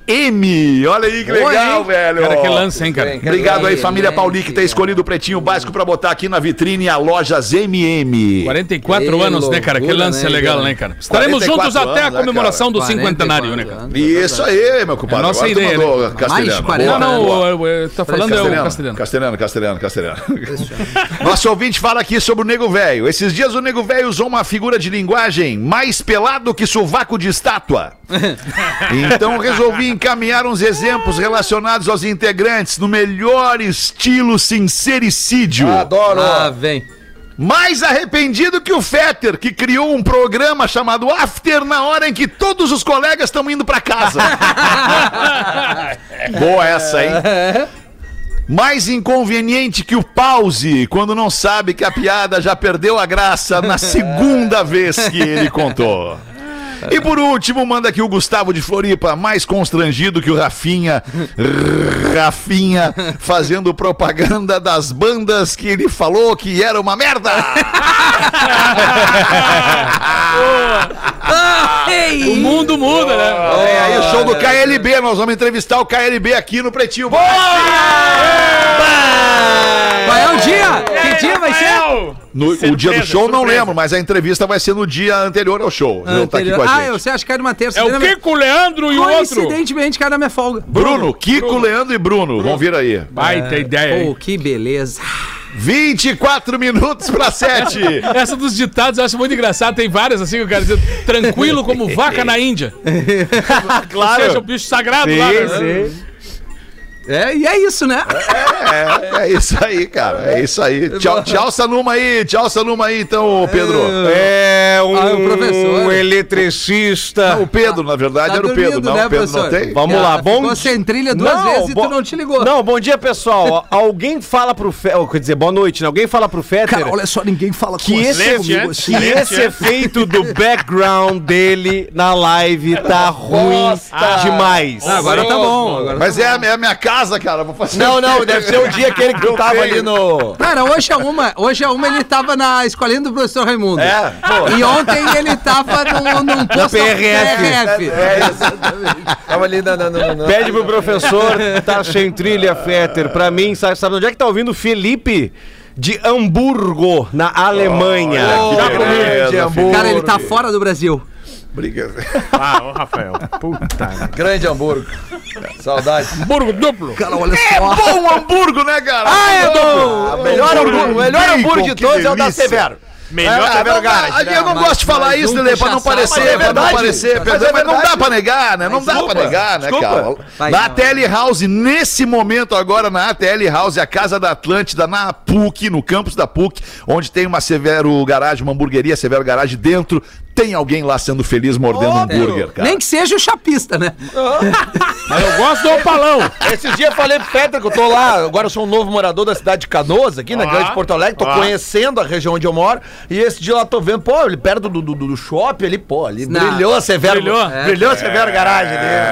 MM. Olha aí que
Boa,
legal,
hein?
velho.
Cara, que lance, hein, cara?
Obrigado aí, família
Excelente,
Pauli, que ter
cara.
escolhido o pretinho básico pra botar aqui na vitrine a Lojas MM.
44
Que
anos, né, cara? Que
loucura,
lance
né,
legal,
cara?
né, cara? Estaremos
44
juntos até a
anos, né,
comemoração do
44
cinquentenário, né, cara?
anos,
Isso
é verdade.
aí, meu compadre.
É a nossa
Agora tu
ideia,
mandou,
né?
Castelhano.
Mais de 40
Boa,
Não, não,
boa.
eu, eu, eu- tá falando é o
Castelhano,
Castelhano.
Castelhano, Castelhano, Castelhano. Nosso ouvinte fala aqui sobre o Nego Velho. Esses dias o Nego Velho usou uma figura de linguagem mais pelado que sovaco de estátua. Então resolvi encaminhar uns exemplos relacionados aos integrantes no melhor estilo sincericídio.
Adoro.
Ah, vem.
Mais arrependido que o Fetter, que criou um programa chamado After na hora em que todos os colegas estão indo pra casa. Boa essa, hein? Mais inconveniente que o pause quando não sabe que a piada já perdeu a graça na segunda vez que ele contou. E por último, manda aqui o Gustavo de Floripa, mais constrangido que o Rafinha. Rafinha fazendo propaganda das bandas que ele falou que era uma merda.
O mundo muda, né?
É aí o show do KLB, nós vamos entrevistar o KLB aqui no Pretinho.
Qual é o dia? Que dia
é.
vai ser?
No, o dia do
Surpresa,
show não
surpresa.
lembro, mas a entrevista vai ser no dia anterior ao show. Não tá aqui
Anterior.
com a
Ah,
gente.
eu sei, acho que era uma terça.
É o Kiko, o Leandro e o outro.
Coincidentemente, cai na minha folga.
Bruno, Kiko, Leandro e Bruno, vão vir aí.
Baita ideia,
Pô,
hein?
que beleza.
24 minutos para 7.
Essa dos ditados eu acho muito engraçado. Tem várias assim que o cara diz, tranquilo como vaca na Índia. claro. Ou seja, o bicho sagrado lá. né?
É, e é isso, né?
É, é isso aí, cara. É isso aí. Tchau, tchau, Sanuma aí. Tchau, Sanuma aí, então, ô Pedro.
É um,
Ah, é o professor.
um eletricista.
O Pedro, na verdade,
Tá
era o Pedro,
dormindo,
não?
né,
o Pedro não
professor?
tem?
Vamos
Ah,
lá, bom
ficou
di-
sem trilha é duas vezes e tu
bo-
não te ligou.
Não, bom dia, pessoal. Alguém fala pro Fetter, quer dizer, boa noite, né? Alguém fala pro Fetter
só, ninguém fala
que esse,
Silêncio, hein?
que esse efeito do background dele na live tá ruim demais.
Ah, agora tá bom. Agora...
Mas é, a minha- é a minha casa, cara. Vou fazer.
Não, não, deve ser o dia aquele que tu tava ali no.
Cara, hoje é uma, hoje é uma ele tava na escolinha do professor Raimundo.
É, pô.
E ontem ele tava num, num posto
PRF.
É, exatamente. Tava ali na. na, na, na-
Pede pro professor, tá sem trilha, Fetter. Pra mim, sabe, sabe onde é que tá ouvindo? Felipe de Hamburgo, na Alemanha.
Olha
Já
que
comi,
beleza,
de hambúrguer.
Cara, ele tá fora do Brasil.
Obrigado.
Ah, ô Rafael. Puta.
Grande hambúrguer. Saudade.
Hamburgo duplo.
Cara, olha
É bom o Hamburgo, né, cara?
Ah, é
bom.
bom. Melhor hambúrguer, o melhor
Bacon,
hambúrguer de
que
todos é o da
delícia.
Severo.
Melhor
Ah,
que
não dá,
a
eu não
mas-
gosto de falar
mas
isso,
um
Lelê, pra não
cachaçal,
parecer,
mas é
pra não
verdade.
parecer,
Mas
perdão, mas,
é
não dá
verdade.
pra negar, né? Não dá
desculpa,
pra negar, né,
desculpa.
cara?
Vai,
na
não.
Tele House, nesse momento agora, na Tele House, a casa da Atlântida, na PUC, no campus da PUC, onde tem uma Severo Garagem, uma hamburgueria Severo Garagem dentro, tem alguém lá sendo feliz mordendo um hambúrguer, cara.
Nem que seja o chapista, né?
Mas eu gosto do opalão.
Esses dias eu falei pro Petra que eu tô lá, agora eu sou um novo morador da cidade de Canoas, aqui na Grande Porto Alegre, tô conhecendo a região onde eu moro, e esse dia lá tô vendo, pô, ele perto do, do, do- do shopping ali, pô, ali
Não.
brilhou a Severo.
Brilhou.
brilhou a Severo Garagem ali.
né?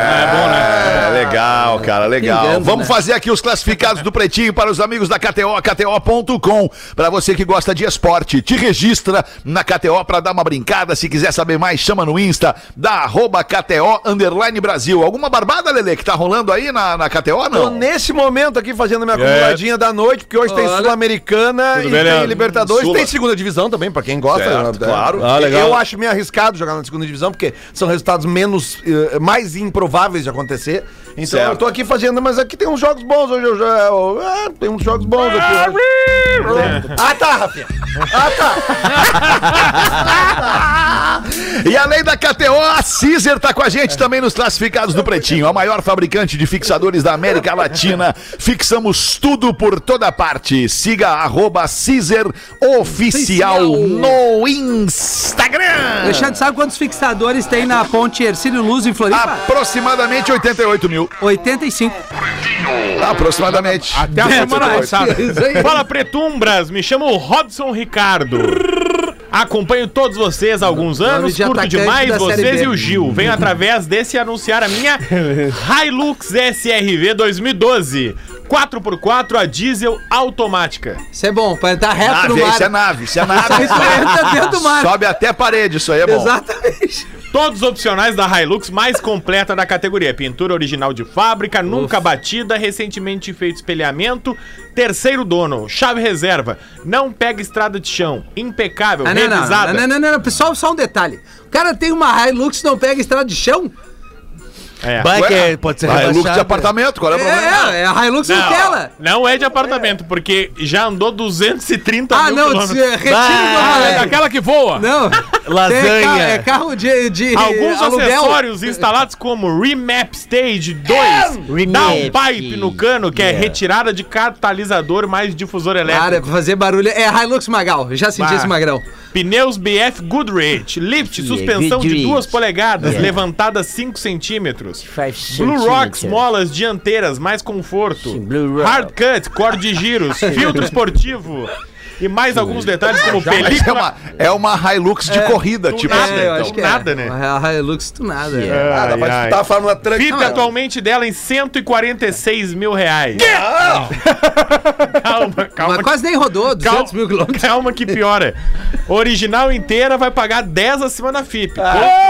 É, legal, cara, legal.
Engano,
Vamos
né?
fazer aqui os classificados do Pretinho para os amigos da KTO, kto.com. Para você que gosta de esporte, te registra na KTO para dar uma brincada. Se quiser saber mais, chama no Insta da arroba KTO underline Brasil. Alguma barbada, Lele, que tá rolando aí na, na KTO,
Tô
não?
nesse momento aqui fazendo minha acumuladinha da noite, porque hoje tem Sul-Americana e
bem,
tem
Leandro?
Libertadores,
Sula.
tem segunda divisão também, pra quem gosta.
Certo, claro.
Ah,
legal.
Eu acho meio arriscado jogar na segunda divisão, porque são resultados menos eh, mais improváveis de acontecer. Então
Certo.
eu tô aqui fazendo, mas aqui tem uns jogos bons hoje. Eu já, eu- ah, tem uns jogos bons aqui. hoje. ah, tá, Rafinha. Ah, tá.
Ah! E além da KTO, a Caesar tá com a gente também nos classificados do Pretinho, a maior fabricante de fixadores da América Latina. Fixamos tudo por toda parte. Siga arroba Caesar Oficial no
É.
Instagram.
Alexandre, sabe quantos fixadores tem na ponte Ercílio Luz em
Ah,
Floripa?
Aproximadamente 88 mil.
85.
Aproximadamente.
Até a semana passada.
Isso aí.
Fala Pretumbras, me chamo Robson Ricardo. Acompanho todos vocês há alguns anos,
de
curto
atacante
demais
tá da Série
vocês
B.
e o Gil. Venho através desse anunciar a minha Hilux SRV 2012. 4x4 a diesel automática.
Isso é bom, pra entrar
Ah,
reto no
Nave,
mar.
isso é nave, isso é nave.
Isso aí entra dentro do mar.
Sobe até a parede, isso aí é bom.
Exatamente.
Todos opcionais da Hilux mais completa da categoria. Pintura original de fábrica, nunca batida, recentemente feito espelhamento. Terceiro dono, chave reserva. Não pega estrada de chão. Impecável,
Ah, não, não,
revisada.
não, não, não, não, não, pessoal, só um detalhe. O cara tem uma Hilux e não pega estrada de chão?
É.
Vai que
Ué,
é- pode ser
Ah, é
rebaixado.
lucro de apartamento, qual é o
É,
problema?
é, é a Hilux Nutella.
Tá não é de apartamento, porque já andou 230
Ah,
mil
não,
quilômetros.
se- retire
Ah,
do
É
é.
daquela que voa.
Não,
Lasanha.
Tem ca- É carro de, de
Alguns
aluguel.
acessórios instalados como Remap Stage 2, Downpipe no cano, que é retirada de catalisador mais difusor elétrico.
Cara, pra fazer barulho. É Hilux Magal, já senti
né? Bah.
esse magrão.
Pneus BF Goodrich, lift, suspensão de
Goodrich.
2 polegadas, levantada 5 centímetros. Blue
centímetros.
Rocks, molas dianteiras, mais conforto.
Blue Rock.
Hard cut, cor de giros, filtro esportivo. E mais alguns detalhes como
Mas é
película.
uma, é uma Hilux de corrida, tipo
nada,
É,
assim.
eu
então.
acho que Nada, né? é.
A Hilux tunada. né?
é.
Ah, dá pra
Ai, ai.
disputar a Fórmula Truck.
Fica atualmente dela em 146 mil reais. calma, calma.
Mas quase nem rodou, 200 mil
Calma,
quilômetros.
calma que piora. Original inteira vai pagar 10 acima da FIP.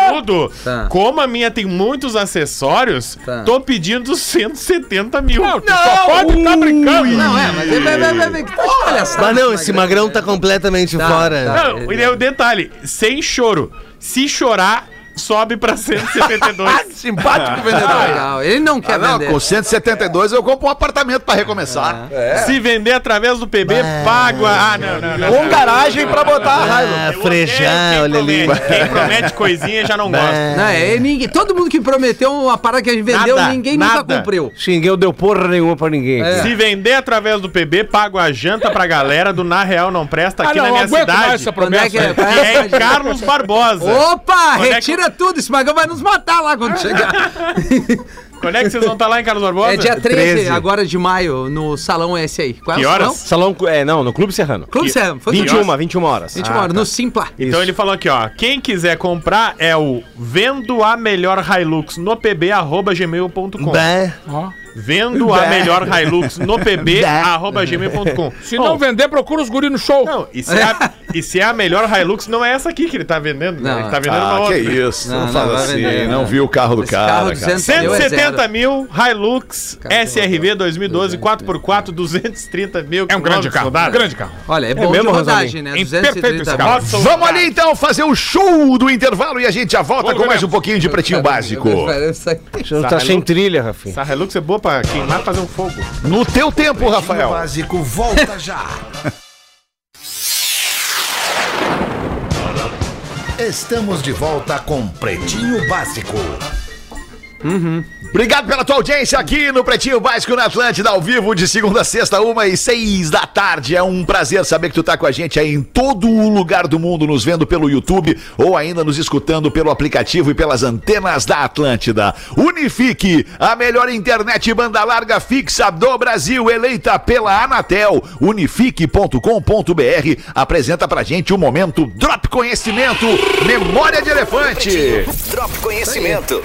Contudo,
Tá.
como a minha tem muitos acessórios,
Tá.
tô pedindo 170 mil. Não, tu só pode tá brincando.
Não, é, mas ele vai, vai, vai, vai, que tá de palhaçada.
Mas não, esse magrão tá completamente
Tá,
fora.
tá.
Não, e daí o detalhe, sem choro. Se chorar, sobe pra 172.
Simpático
é
Não,
vendedor.
não, ele não quer
Ah, não,
vender.
com 172 eu compro um apartamento pra recomeçar.
Se vender através do PB, pago a... Ah, não, não, não.
Com garagem pra botar a raiva.
Ah,
Eu
frejar,
odeio
olha
quem
ali. Né.
promete. Quem promete coisinha já não gosta.
Não, é, ninguém, todo mundo que prometeu uma parada que a gente vendeu,
Nada,
ninguém nunca
nada.
cumpriu.
Xingueu, deu porra nenhuma pra ninguém.
É.
Se vender através do PB, pago a janta pra galera do Na Real Não Presta aqui
Ah, não,
na
eu
minha
aguento mais
cidade.
essa
Quando é que é?
promessa.
Que é em Carlos Barbosa.
Opa,
Quando é que-
retira tudo, esse magão vai nos matar lá quando chegar.
Quando é que vocês vão estar lá em Carlos Barbosa?
É dia 13,
13.
agora de maio, no salão esse aí. Qual é
Que
o salão?
horas?
Salão, é, não, no Clube Serrano.
Clube
Que-
Serrano, foi
21,
21.
21 horas.
21
Ah,
horas, no Simpla.
Então ele falou aqui, ó. Quem quiser comprar é o vendo a melhor Hilux no pb arroba gmail.com.
Bah.
Vendo a melhor Hilux no pb arroba gmail.com.
Se não vender, procura os guri no show.
Oh. Não, e se, é a, e se é a melhor Hilux, não é essa aqui que ele tá vendendo, né?
Não.
Ele tá vendendo uma
Ah, que
outra.
isso. Não,
Não, não,
fala
vai
assim.
vender,
não
não.
viu o carro do
Esse
cara.
carro
cara.
200 Deu é
170
zero.
mil, Hilux,
Cara,
SRV 2012, 4x4, 230 mil.
É um grande
quilômetros
carro. Um
rodados.
grande carro.
Olha, é bom
mesmo,
de rodagem,
Rosalinho?
né?
Em perfeito esse
230
carro.
mil.
Robson
Vamos ali
Ricardo.
então fazer o show do intervalo e a gente já volta com mais um pouquinho de Pretinho Básico.
Você
então
é
não tá sem trilha, Rafinha.
Essa Hilux é boa pra queimar e fazer um fogo.
No teu tempo, Rafael.
Básico volta já. Estamos de volta com Pretinho Básico.
Obrigado pela tua audiência aqui no Pretinho Básico na Atlântida, ao vivo de segunda a sexta, uma e seis da tarde. É um prazer saber que tu tá com a gente aí em todo o lugar do mundo, nos vendo pelo YouTube ou ainda nos escutando pelo aplicativo e pelas antenas da Atlântida. Unifique, a melhor internet banda larga fixa do Brasil, eleita pela Anatel. Unifique.com.br apresenta pra gente o momento Drop Conhecimento, Memória de Elefante.
Drop Conhecimento.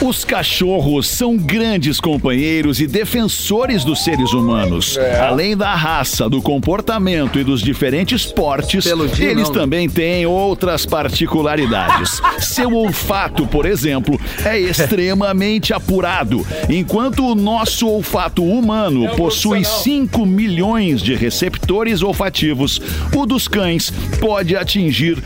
Os cachorros são grandes companheiros e defensores dos seres humanos. Além da raça, do comportamento e dos diferentes portes,
Peludinho,
eles
não.
também têm outras particularidades. Seu olfato, por exemplo, é extremamente apurado, enquanto o nosso olfato humano possui 5 milhões de receptores olfativos, o dos cães pode atingir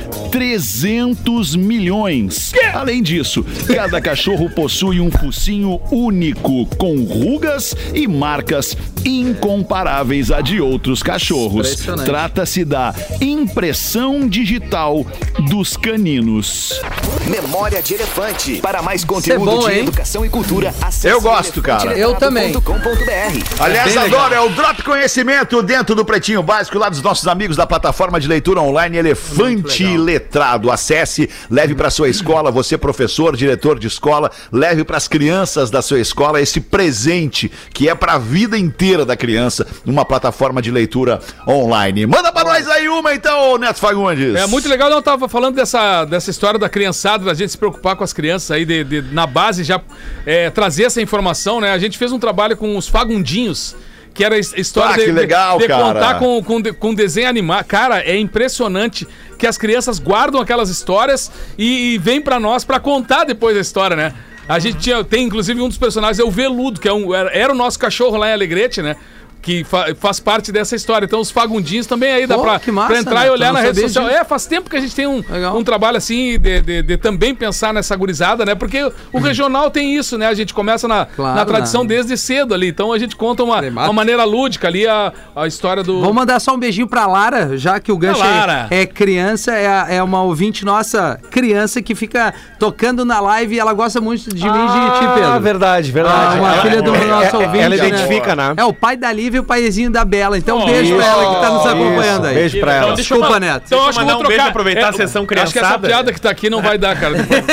300 milhões. Além disso, cada cachorro possui um focinho único, com rugas e marcas incomparáveis a de outros cachorros.
Impressionante.
Trata-se da impressão digital dos caninos.
Memória de Elefante. Para mais conteúdo
é bom,
de
hein?
educação e cultura, acesse
Eu gosto, cara.
Eu também.
elefantelevado.com.br.
Aliás,
bem legal.
adoro, é o Drop Conhecimento dentro do Pretinho Básico, lá dos nossos amigos da plataforma de leitura online Elefante Letrado. Acesse, leve para sua escola, você professor, diretor de escola, leve para as crianças da sua escola esse presente que é para a vida inteira da criança, numa plataforma de leitura online. Manda para nós aí uma então, Neto Fagundes.
É muito legal, não, eu tava falando dessa, dessa história da criançada, da gente se preocupar com as crianças aí de- de- na base, já é, trazer essa informação, né? A gente fez um trabalho com os fagundinhos, que era a his- história
Ah, que
de, de-
legal,
de
cara.
contar com, com, de- com desenho animado. Cara, é impressionante que as crianças guardam aquelas histórias e, e vêm pra nós pra contar depois a história, né? A gente tinha, tem inclusive um dos personagens, é o Veludo, que é um, era, era o nosso cachorro lá em Alegrete, né? Que fa- faz parte dessa história. Então, os fagundinhos também aí dá
Pô,
pra,
que massa,
pra entrar
né?
e
Eu
olhar
não
na rede
sabia
social.
disso.
É, faz tempo que a gente tem um,
Legal.
um trabalho assim de, de- de também pensar nessa gurizada, né? Porque o regional tem isso, né? A gente começa na,
Uhum. Claro,
na tradição
né?
desde cedo ali. Então a gente conta uma,
Cremado.
uma maneira lúdica ali a, a história do.
Vamos mandar só um beijinho pra Lara, já que o gancho é-
Lara.
É, criança, é, a- é uma ouvinte nossa, criança, que fica tocando na live e ela gosta muito de mim e de ti, Pedro.
Ah, verdade,
Ah,
verdade.
uma
Ela-
filha do
é-
nosso
é-
ouvinte.
Ela
né?
identifica, né?
É o pai da Lívia e o paizinho da Bela. Então, um beijo pra
isso,
ela que tá nos acompanhando
isso,
aí.
Beijo pra ela.
deixa eu
Desculpa,
mandar-
Neto.
Então eu acho que eu
mandar
vou
um beijo,
trocar. aproveitar
é,
a sessão
Acho que essa
criançada.
piada que tá aqui não vai dar, cara. Depois-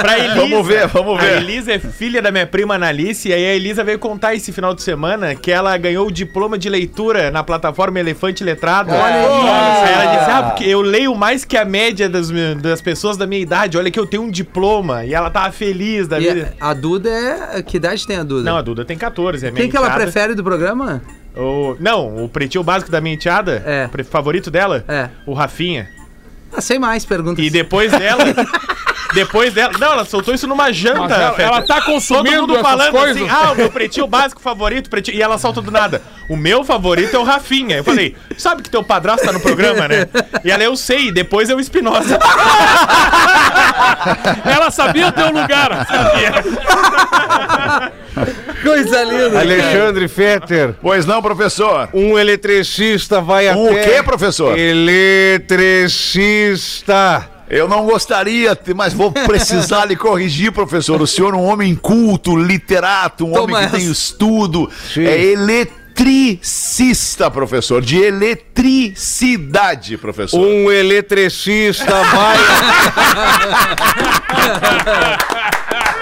Pra Elisa.
Vamos ver, vamos ver.
A Elisa é filha da minha prima Analice, e aí a Elisa veio contar esse final de semana que ela ganhou o diploma de leitura na plataforma Elefante Letrado.
Olha aí.
aí ela disse, ah, porque eu leio mais que a média das, mi- das pessoas da minha idade, olha que eu tenho um diploma. E ela tava feliz da
E
vida.
a Duda é. Que idade tem a Duda?
Não, a Duda tem 14, é minha
Quem que ela
enteada.
prefere do programa?
O- Não, o pretinho básico da minha enteada,
É.
o pre- favorito dela,
É.
o Rafinha.
Ah, sem mais perguntas.
E depois dela... Depois dela. Não, ela soltou isso numa janta.
Mas ela-
Feta.
ela tá
Todo
consumindo
mundo
essas
falando
coisas.
assim, ah, o meu pretinho básico favorito, pretinho. E ela solta do nada. O meu favorito é o Rafinha. Eu falei, sabe que teu padrasto tá no programa, né? E ela, eu sei, depois é o Espinosa.
Ela sabia o teu lugar.
Coisa linda.
Alexandre Fetter,
Pois não, professor.
um eletricista vai
Um
até...
é
o quê, professor?
Eletricista.
Eu não gostaria, mas vou precisar lhe corrigir, professor. O senhor é um homem culto, literato, um
Toma
homem que
essa.
tem estudo.
Sim.
É eletricista, professor. De eletricidade, professor.
Um eletricista vai...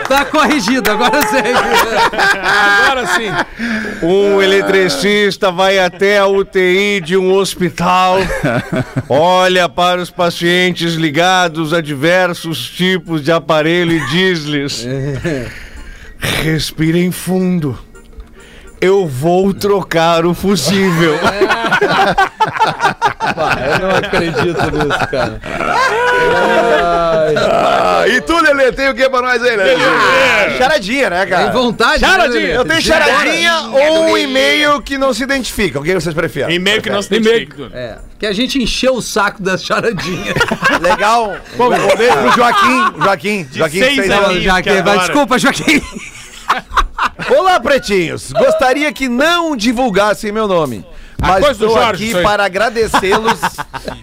Tá corrigido, agora segue.
Agora sim.
Um eletricista vai até a UTI de um hospital, olha para os pacientes ligados a diversos tipos de aparelho e diz-lhes: respirem fundo. Eu vou trocar o fusível.
Eu não acredito nisso, cara.
Ah, e tu, Lelê, tem o que pra nós aí, né, Lelê?
É, Charadinha, né,
Tem
cara?
vontade.
Charadinha,
né?
Eu tenho charadinha
é
ou um e-mail que não se identifica. O que vocês preferem?
E-mail que não se
E-mail.
identifica.
É, que a gente encheu o saco das charadinhas.
Legal. Um beijo pro Joaquim. Joaquim. Joaquim,
seis
seis
anos.
anos.
Isso que
Joaquim, vai,
adora.
desculpa, Joaquim.
Olá, pretinhos. Gostaria que não divulgassem meu nome. Mas
coisa do
estou
Jorge, isso
aqui
aí.
para agradecê-los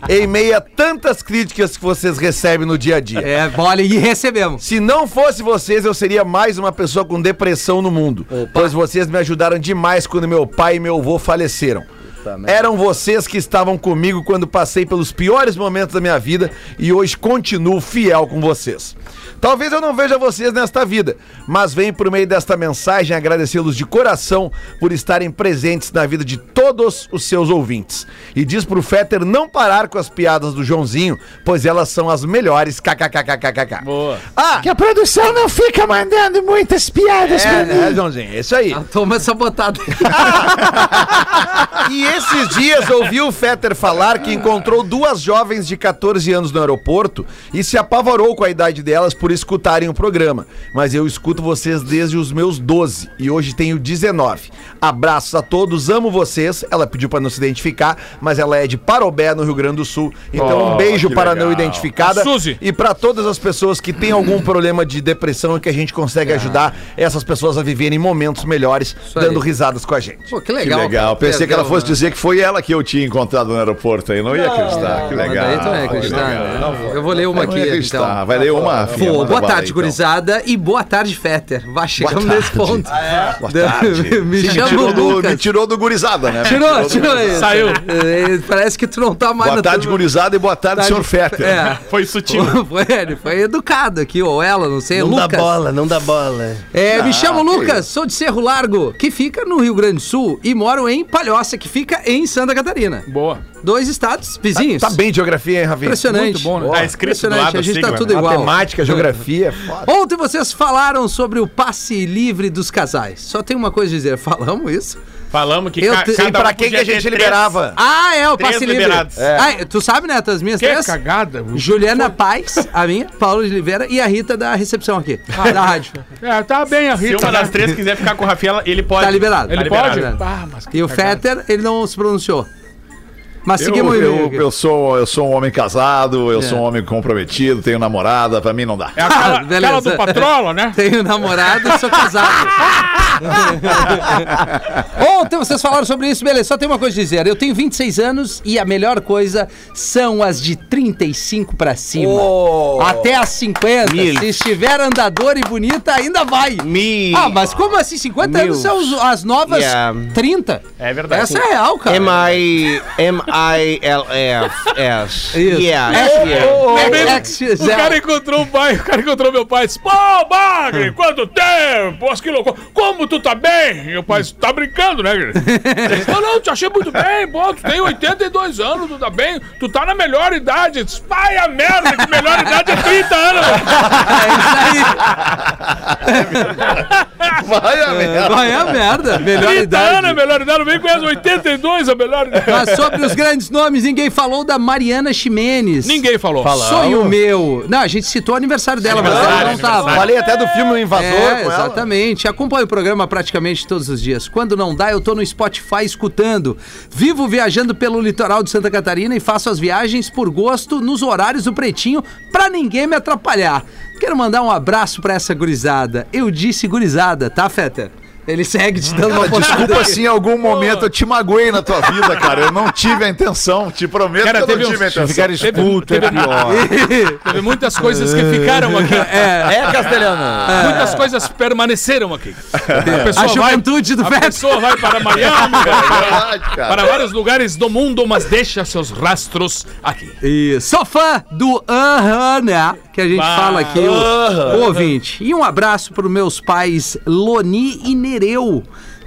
em meio a tantas críticas que vocês recebem no dia a dia.
É, olha, e recebemos.
Se não fosse vocês, eu seria mais uma pessoa com depressão no mundo. Pois vocês me ajudaram demais quando meu pai e meu avô faleceram. Eram vocês que estavam comigo quando passei pelos piores momentos da minha vida e hoje continuo fiel com vocês. Talvez eu não veja vocês nesta vida, mas venho por meio desta mensagem agradecê-los de coração por estarem presentes na vida de todos os seus ouvintes. E diz pro Fetter não parar com as piadas do Joãozinho, pois elas são as melhores. KKKKKKK.
Boa.
Ah,
Que a produção não fica mandando muitas piadas
é,
pra
né,
mim.
Joãozinho? É isso aí.
Ah, Toma essa botada.
E esses dias ouvi o Fetter falar que encontrou duas jovens de 14 anos no aeroporto e se apavorou com a idade delas por escutarem o programa. Mas eu escuto vocês desde os meus 12 e hoje tenho 19. Abraços a todos, amo vocês. Ela pediu pra não se identificar, mas ela é de Parobé, no Rio Grande do Sul. Então um beijo para não identificada
Suzy.
e para todas as pessoas que têm algum problema de depressão e que a gente consegue ajudar essas pessoas a viverem momentos melhores,
aí.
dando risadas com a gente.
Pô, que
Que
legal.
legal.
cara.
Pensei que ela
Perdão,
fosse
né?
dizer que foi ela que eu tinha encontrado no aeroporto aí. Não ia acreditar. Que
é. Mas
legal.
daí tu vai acreditar,
Que legal.
né? Eu vou ler uma
Não
aqui,
ia acreditar.
então.
Vai ler uma.
Pô,
filha, manda
boa
bala
tarde,
aí, então.
gurizada, e boa tarde, Fetter. Vai, chegamos
tarde.
nesse ponto.
Boa tarde.
Me
Sim,
chama
me, tirou
o
do,
Lucas.
me tirou do gurizada, né? Me
Tirou,
do
tirou
gurizada.
isso.
Saiu.
É, Parece que tu não tá mais
Boa tarde,
turma.
gurizada, e boa tarde, senhor Fetter.
É.
Foi sutil.
Foi, ele foi educado aqui, ou ela, não sei,
Não
Lucas.
dá bola, não dá bola.
É, me chamo Lucas, sou de Cerro Largo, que fica no Rio Grande do Sul, e moro em Palhoça, que fica em Santa Catarina.
Boa.
Dois estados vizinhos.
Tá bem de geografia, hein, Rafinha?
Impressionante.
Muito bom, né? Tá escrito do
Impressionante,
lado
a gente tá
sigma,
tudo
né?
igual.
Matemática, geografia, é foda.
Ontem vocês falaram sobre o passe livre dos casais. Só tem uma coisa a dizer, falamos isso?
Falamos que
Eu
ca-
te-
cada
Sim,
Pra
um
quem que
podia
a
ter
gente
três.
liberava?
Ah, é, o
Três
passe livre.
liberados.
É. Ah, tu sabe, né, as minhas
Que
três?
cagada.
Juliana Paz, a minha, Paulo de Oliveira e a Rita da recepção aqui, da rádio.
É, tá bem a
Se
Rita.
uma das
né?
três quiser ficar com o Rafinha, ela- ele pode.
Tá liberado. Tá
Ele pode?
liberado.
Ah, mas que
E o
cagada.
Fetter, ele não se pronunciou. Mas
Eu,
seguimos É. o e-mail
eu,
aqui.
eu sou, eu sou um homem casado, eu sou um homem comprometido, tenho namorada, pra mim não dá.
É aquela,
Ah, beleza.
aquela do Patrola, né?
Tenho namorado e sou casado. Ontem vocês falaram sobre isso, beleza. Só tem uma coisa a dizer. Eu tenho 26 anos e a melhor coisa são as de 35 pra cima. Até as
Oh.
50.
Mil.
Se estiver andador e bonita, ainda vai.
Me...
Ah, mas como assim? 50 anos
Mil.
são os- as novas
Yeah.
30?
É verdade.
Essa é real, cara.
M-I... M-I-L-F-S.
Isso.
Yeah.
É,
yeah.
É mesmo?
X,
O
zero.
cara é encontrou o pai, o cara encontrou meu pai e disse: Pô, Bagre, quanto tempo? Nossa, que loucura. Como tu tá bem? E o pai disse: Tá brincando, né, querido? Ele disse, Não, não, te achei muito bem, pô, tu tem 82 anos, tu tá bem, tu tá na melhor idade. Eu disse, Pai, a merda, que melhor idade é 30 anos.
Vai, amigo.
Vai a merda. Melhor
30
idade.
anos é a melhor idade, não vem com as 82 a é melhor idade.
Mas sobre os grandes nomes, ninguém falou da Mariana Ximenes.
Ninguém falou.
Sonho meu. Não, a gente citou o aniversário dela, mas ela não tava.
Falei até do filme O Invasor
É,
com ela.
exatamente. Acompanho o programa praticamente todos os dias. Quando não dá, eu tô no Spotify escutando. Vivo viajando pelo litoral de Santa Catarina e faço as viagens por gosto nos horários do pretinho pra ninguém me atrapalhar. Quero mandar um abraço pra essa gurizada. Eu disse gurizada, tá, Feta? Ele segue te dando uma
Desculpa
postada aqui.
se Tipo assim, em algum momento eu te magoei na tua vida, cara. Eu não tive a intenção. Te prometo
Cara,
que eu
teve
não
um-
tive a intenção.
Ficar expulso é pior.
Teve muitas coisas que ficaram aqui.
É, Castelhano.
Muitas coisas permaneceram aqui. A
A
pessoa vai
juventude do
A
Feta.
pessoa vai para Miami, vai para,
Verdade, cara.
para vários lugares do mundo, mas deixa seus rastros aqui.
E sou fã do Aham, né? Que a gente
Bah,
fala aqui, o, o ouvinte. E um abraço para meus pais Loni e Nereu,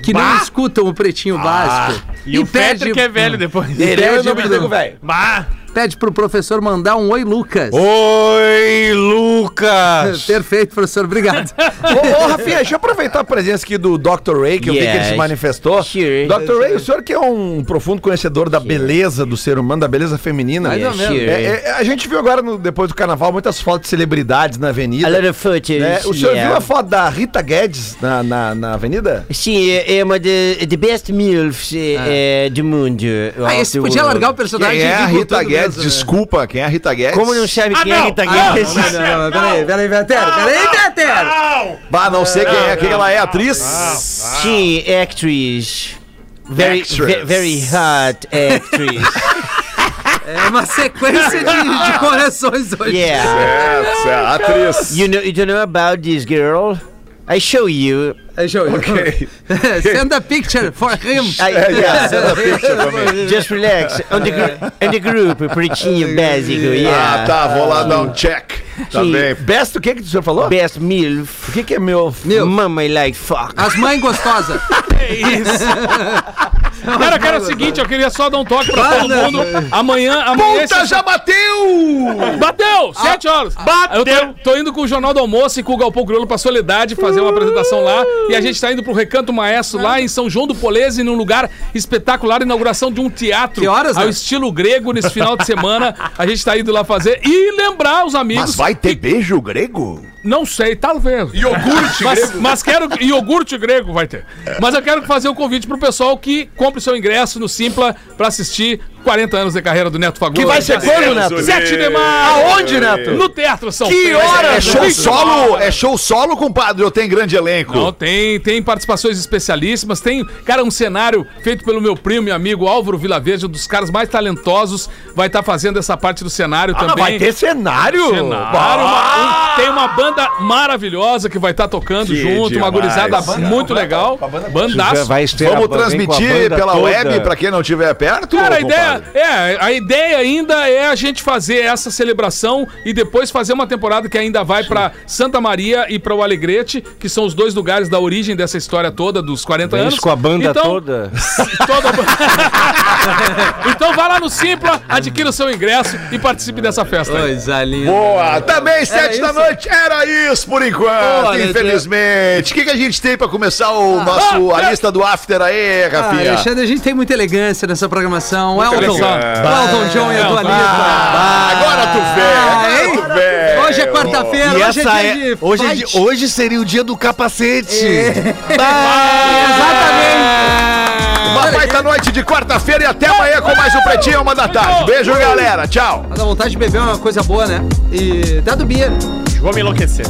que não escutam o Pretinho Básico.
E, o Fetter que é velho depois.
E
Ele é o
pede,
nome do nego
pro,
velho.
Bah,
pede pro professor mandar um oi, Lucas.
Oi, Lucas!
Perfeito, professor, obrigado.
Ô, ô, Rafinha, deixa eu aproveitar a presença aqui do Dr. Ray, que eu vi que ele se
Yes.
manifestou.
Sure.
Dr. Ray, o senhor que é um profundo conhecedor da beleza do ser humano, da beleza feminina.
Mais ou menos.
É, é, é, a gente viu agora, no- depois do carnaval, muitas fotos de celebridades na avenida.
footage.
né? O senhor viu a foto da Rita Guedes na, na, na avenida?
Sim, é é uma de, de best milfs é, é, do mundo.
Ah, esse podia largar o personagem
Quem é
vir
a
com
Rita
tudo
Guedes?
mesmo, né?
Desculpa, quem é a Rita Guedes?
Como não sabe
Ah,
quem é
não.
Rita
Ah,
Guedes?
Não, não, não, peraí, peraí, Vetero, peraí, Vetero!
Ah, é?
Ah,
Bah, não sei quem é. Quem ela é? Atriz?
Sim, actress.
Very,
Extras.
ve- very hot actress.
É uma sequência de, de corações hoje.
yeah.
É,
ah.
Essa atriz.
You know, you know about this girl? I show you.
É, Joey. Send a picture for him.
I,
yeah, send a picture for me.
Just relax. On the, gr- on the group, pretinho básico. Yeah.
Ah, tá, vou lá dar um check. Tá
Sim.
bem.
Best, o que que o senhor falou?
Best MILF.
O que que é meu?
Meu.
Mama I like fuck.
As mães gostosas.
É isso. Cara, cara, é o seguinte, eu queria só dar um toque pra todo mundo. Amanhã, amanhã.
Puta, já bateu! Ah,
Bateu! Sete horas! Bateu! Eu tô, tô indo com o Jornal do Almoço e com o Galpão Crioulo pra Soledade fazer uma apresentação lá. E a gente tá indo pro Recanto Maestro lá em São João do Polese, num lugar espetacular, inauguração de um teatro
Que horas,
ao
né?
estilo grego nesse final de semana. A gente tá indo lá fazer e lembrar os amigos.
Mas vai ter
que-
beijo grego?
Não sei, talvez.
Iogurte
Mas, mas quero. Iogurte grego vai ter. Mas eu quero fazer um convite pro pessoal que compre seu ingresso no Simpla pra assistir 40 anos de carreira do Neto Fagundes.
Que vai ser quando, Neto?
7 de maio!
Aonde, Neto?
No Teatro São
Que
Pedro.
horas?
É show
20
solo,
horas.
é show solo, compadre, ou tem grande elenco?
Não, tem, tem participações especialíssimas, tem, cara, um cenário feito pelo meu primo e amigo Álvaro Vilaverde, um dos caras mais talentosos, vai estar fazendo essa parte do cenário
Ah,
também.
vai ter cenário?
Cenário,
Ah!
uma- um- tem uma banda maravilhosa que vai estar tocando junto, uma
demais,
gurizada
cara.
muito legal. Bandaço.
Vai estrear- vem
Vamos
com a
transmitir
banda
pela
toda.
web pra quem não estiver perto?
Cara, a
compadre?
ideia, é, a ideia ainda é a gente fazer essa celebração e depois fazer uma temporada que ainda vai pra Santa Maria e pra o Alegrete, que são os dois lugares da origem dessa história toda dos 40
Vem
anos.
isso com a banda
Então,
toda.
toda a- então vá lá no Simpla, adquira o seu ingresso e participe dessa festa. aí.
Coisa linda.
Boa! Também, sete da
É. isso?
noite, era isso por enquanto,
Olha,
infelizmente. O que, que a gente tem pra começar o nosso, a lista do after aí,
Ah,
Rafinha?
Alexandre, a gente tem muita elegância nessa programação. Elton,
elegância.
Elton John e a Dua Lipa.
Ah, agora tu vê,
hein?
agora tu vê.
Hoje é quarta-feira,
E
hoje é
essa
dia
é.
de
Hoje, é
fight. É.
de- hoje seria o dia do capacete.
Uma baita noite de quarta-feira e até amanhã com mais um Pretinho, uma da tarde. Beijo, galera. Tchau.
Mas a vontade de beber é uma coisa boa, né? E dá do beer.
Vou me enlouquecer.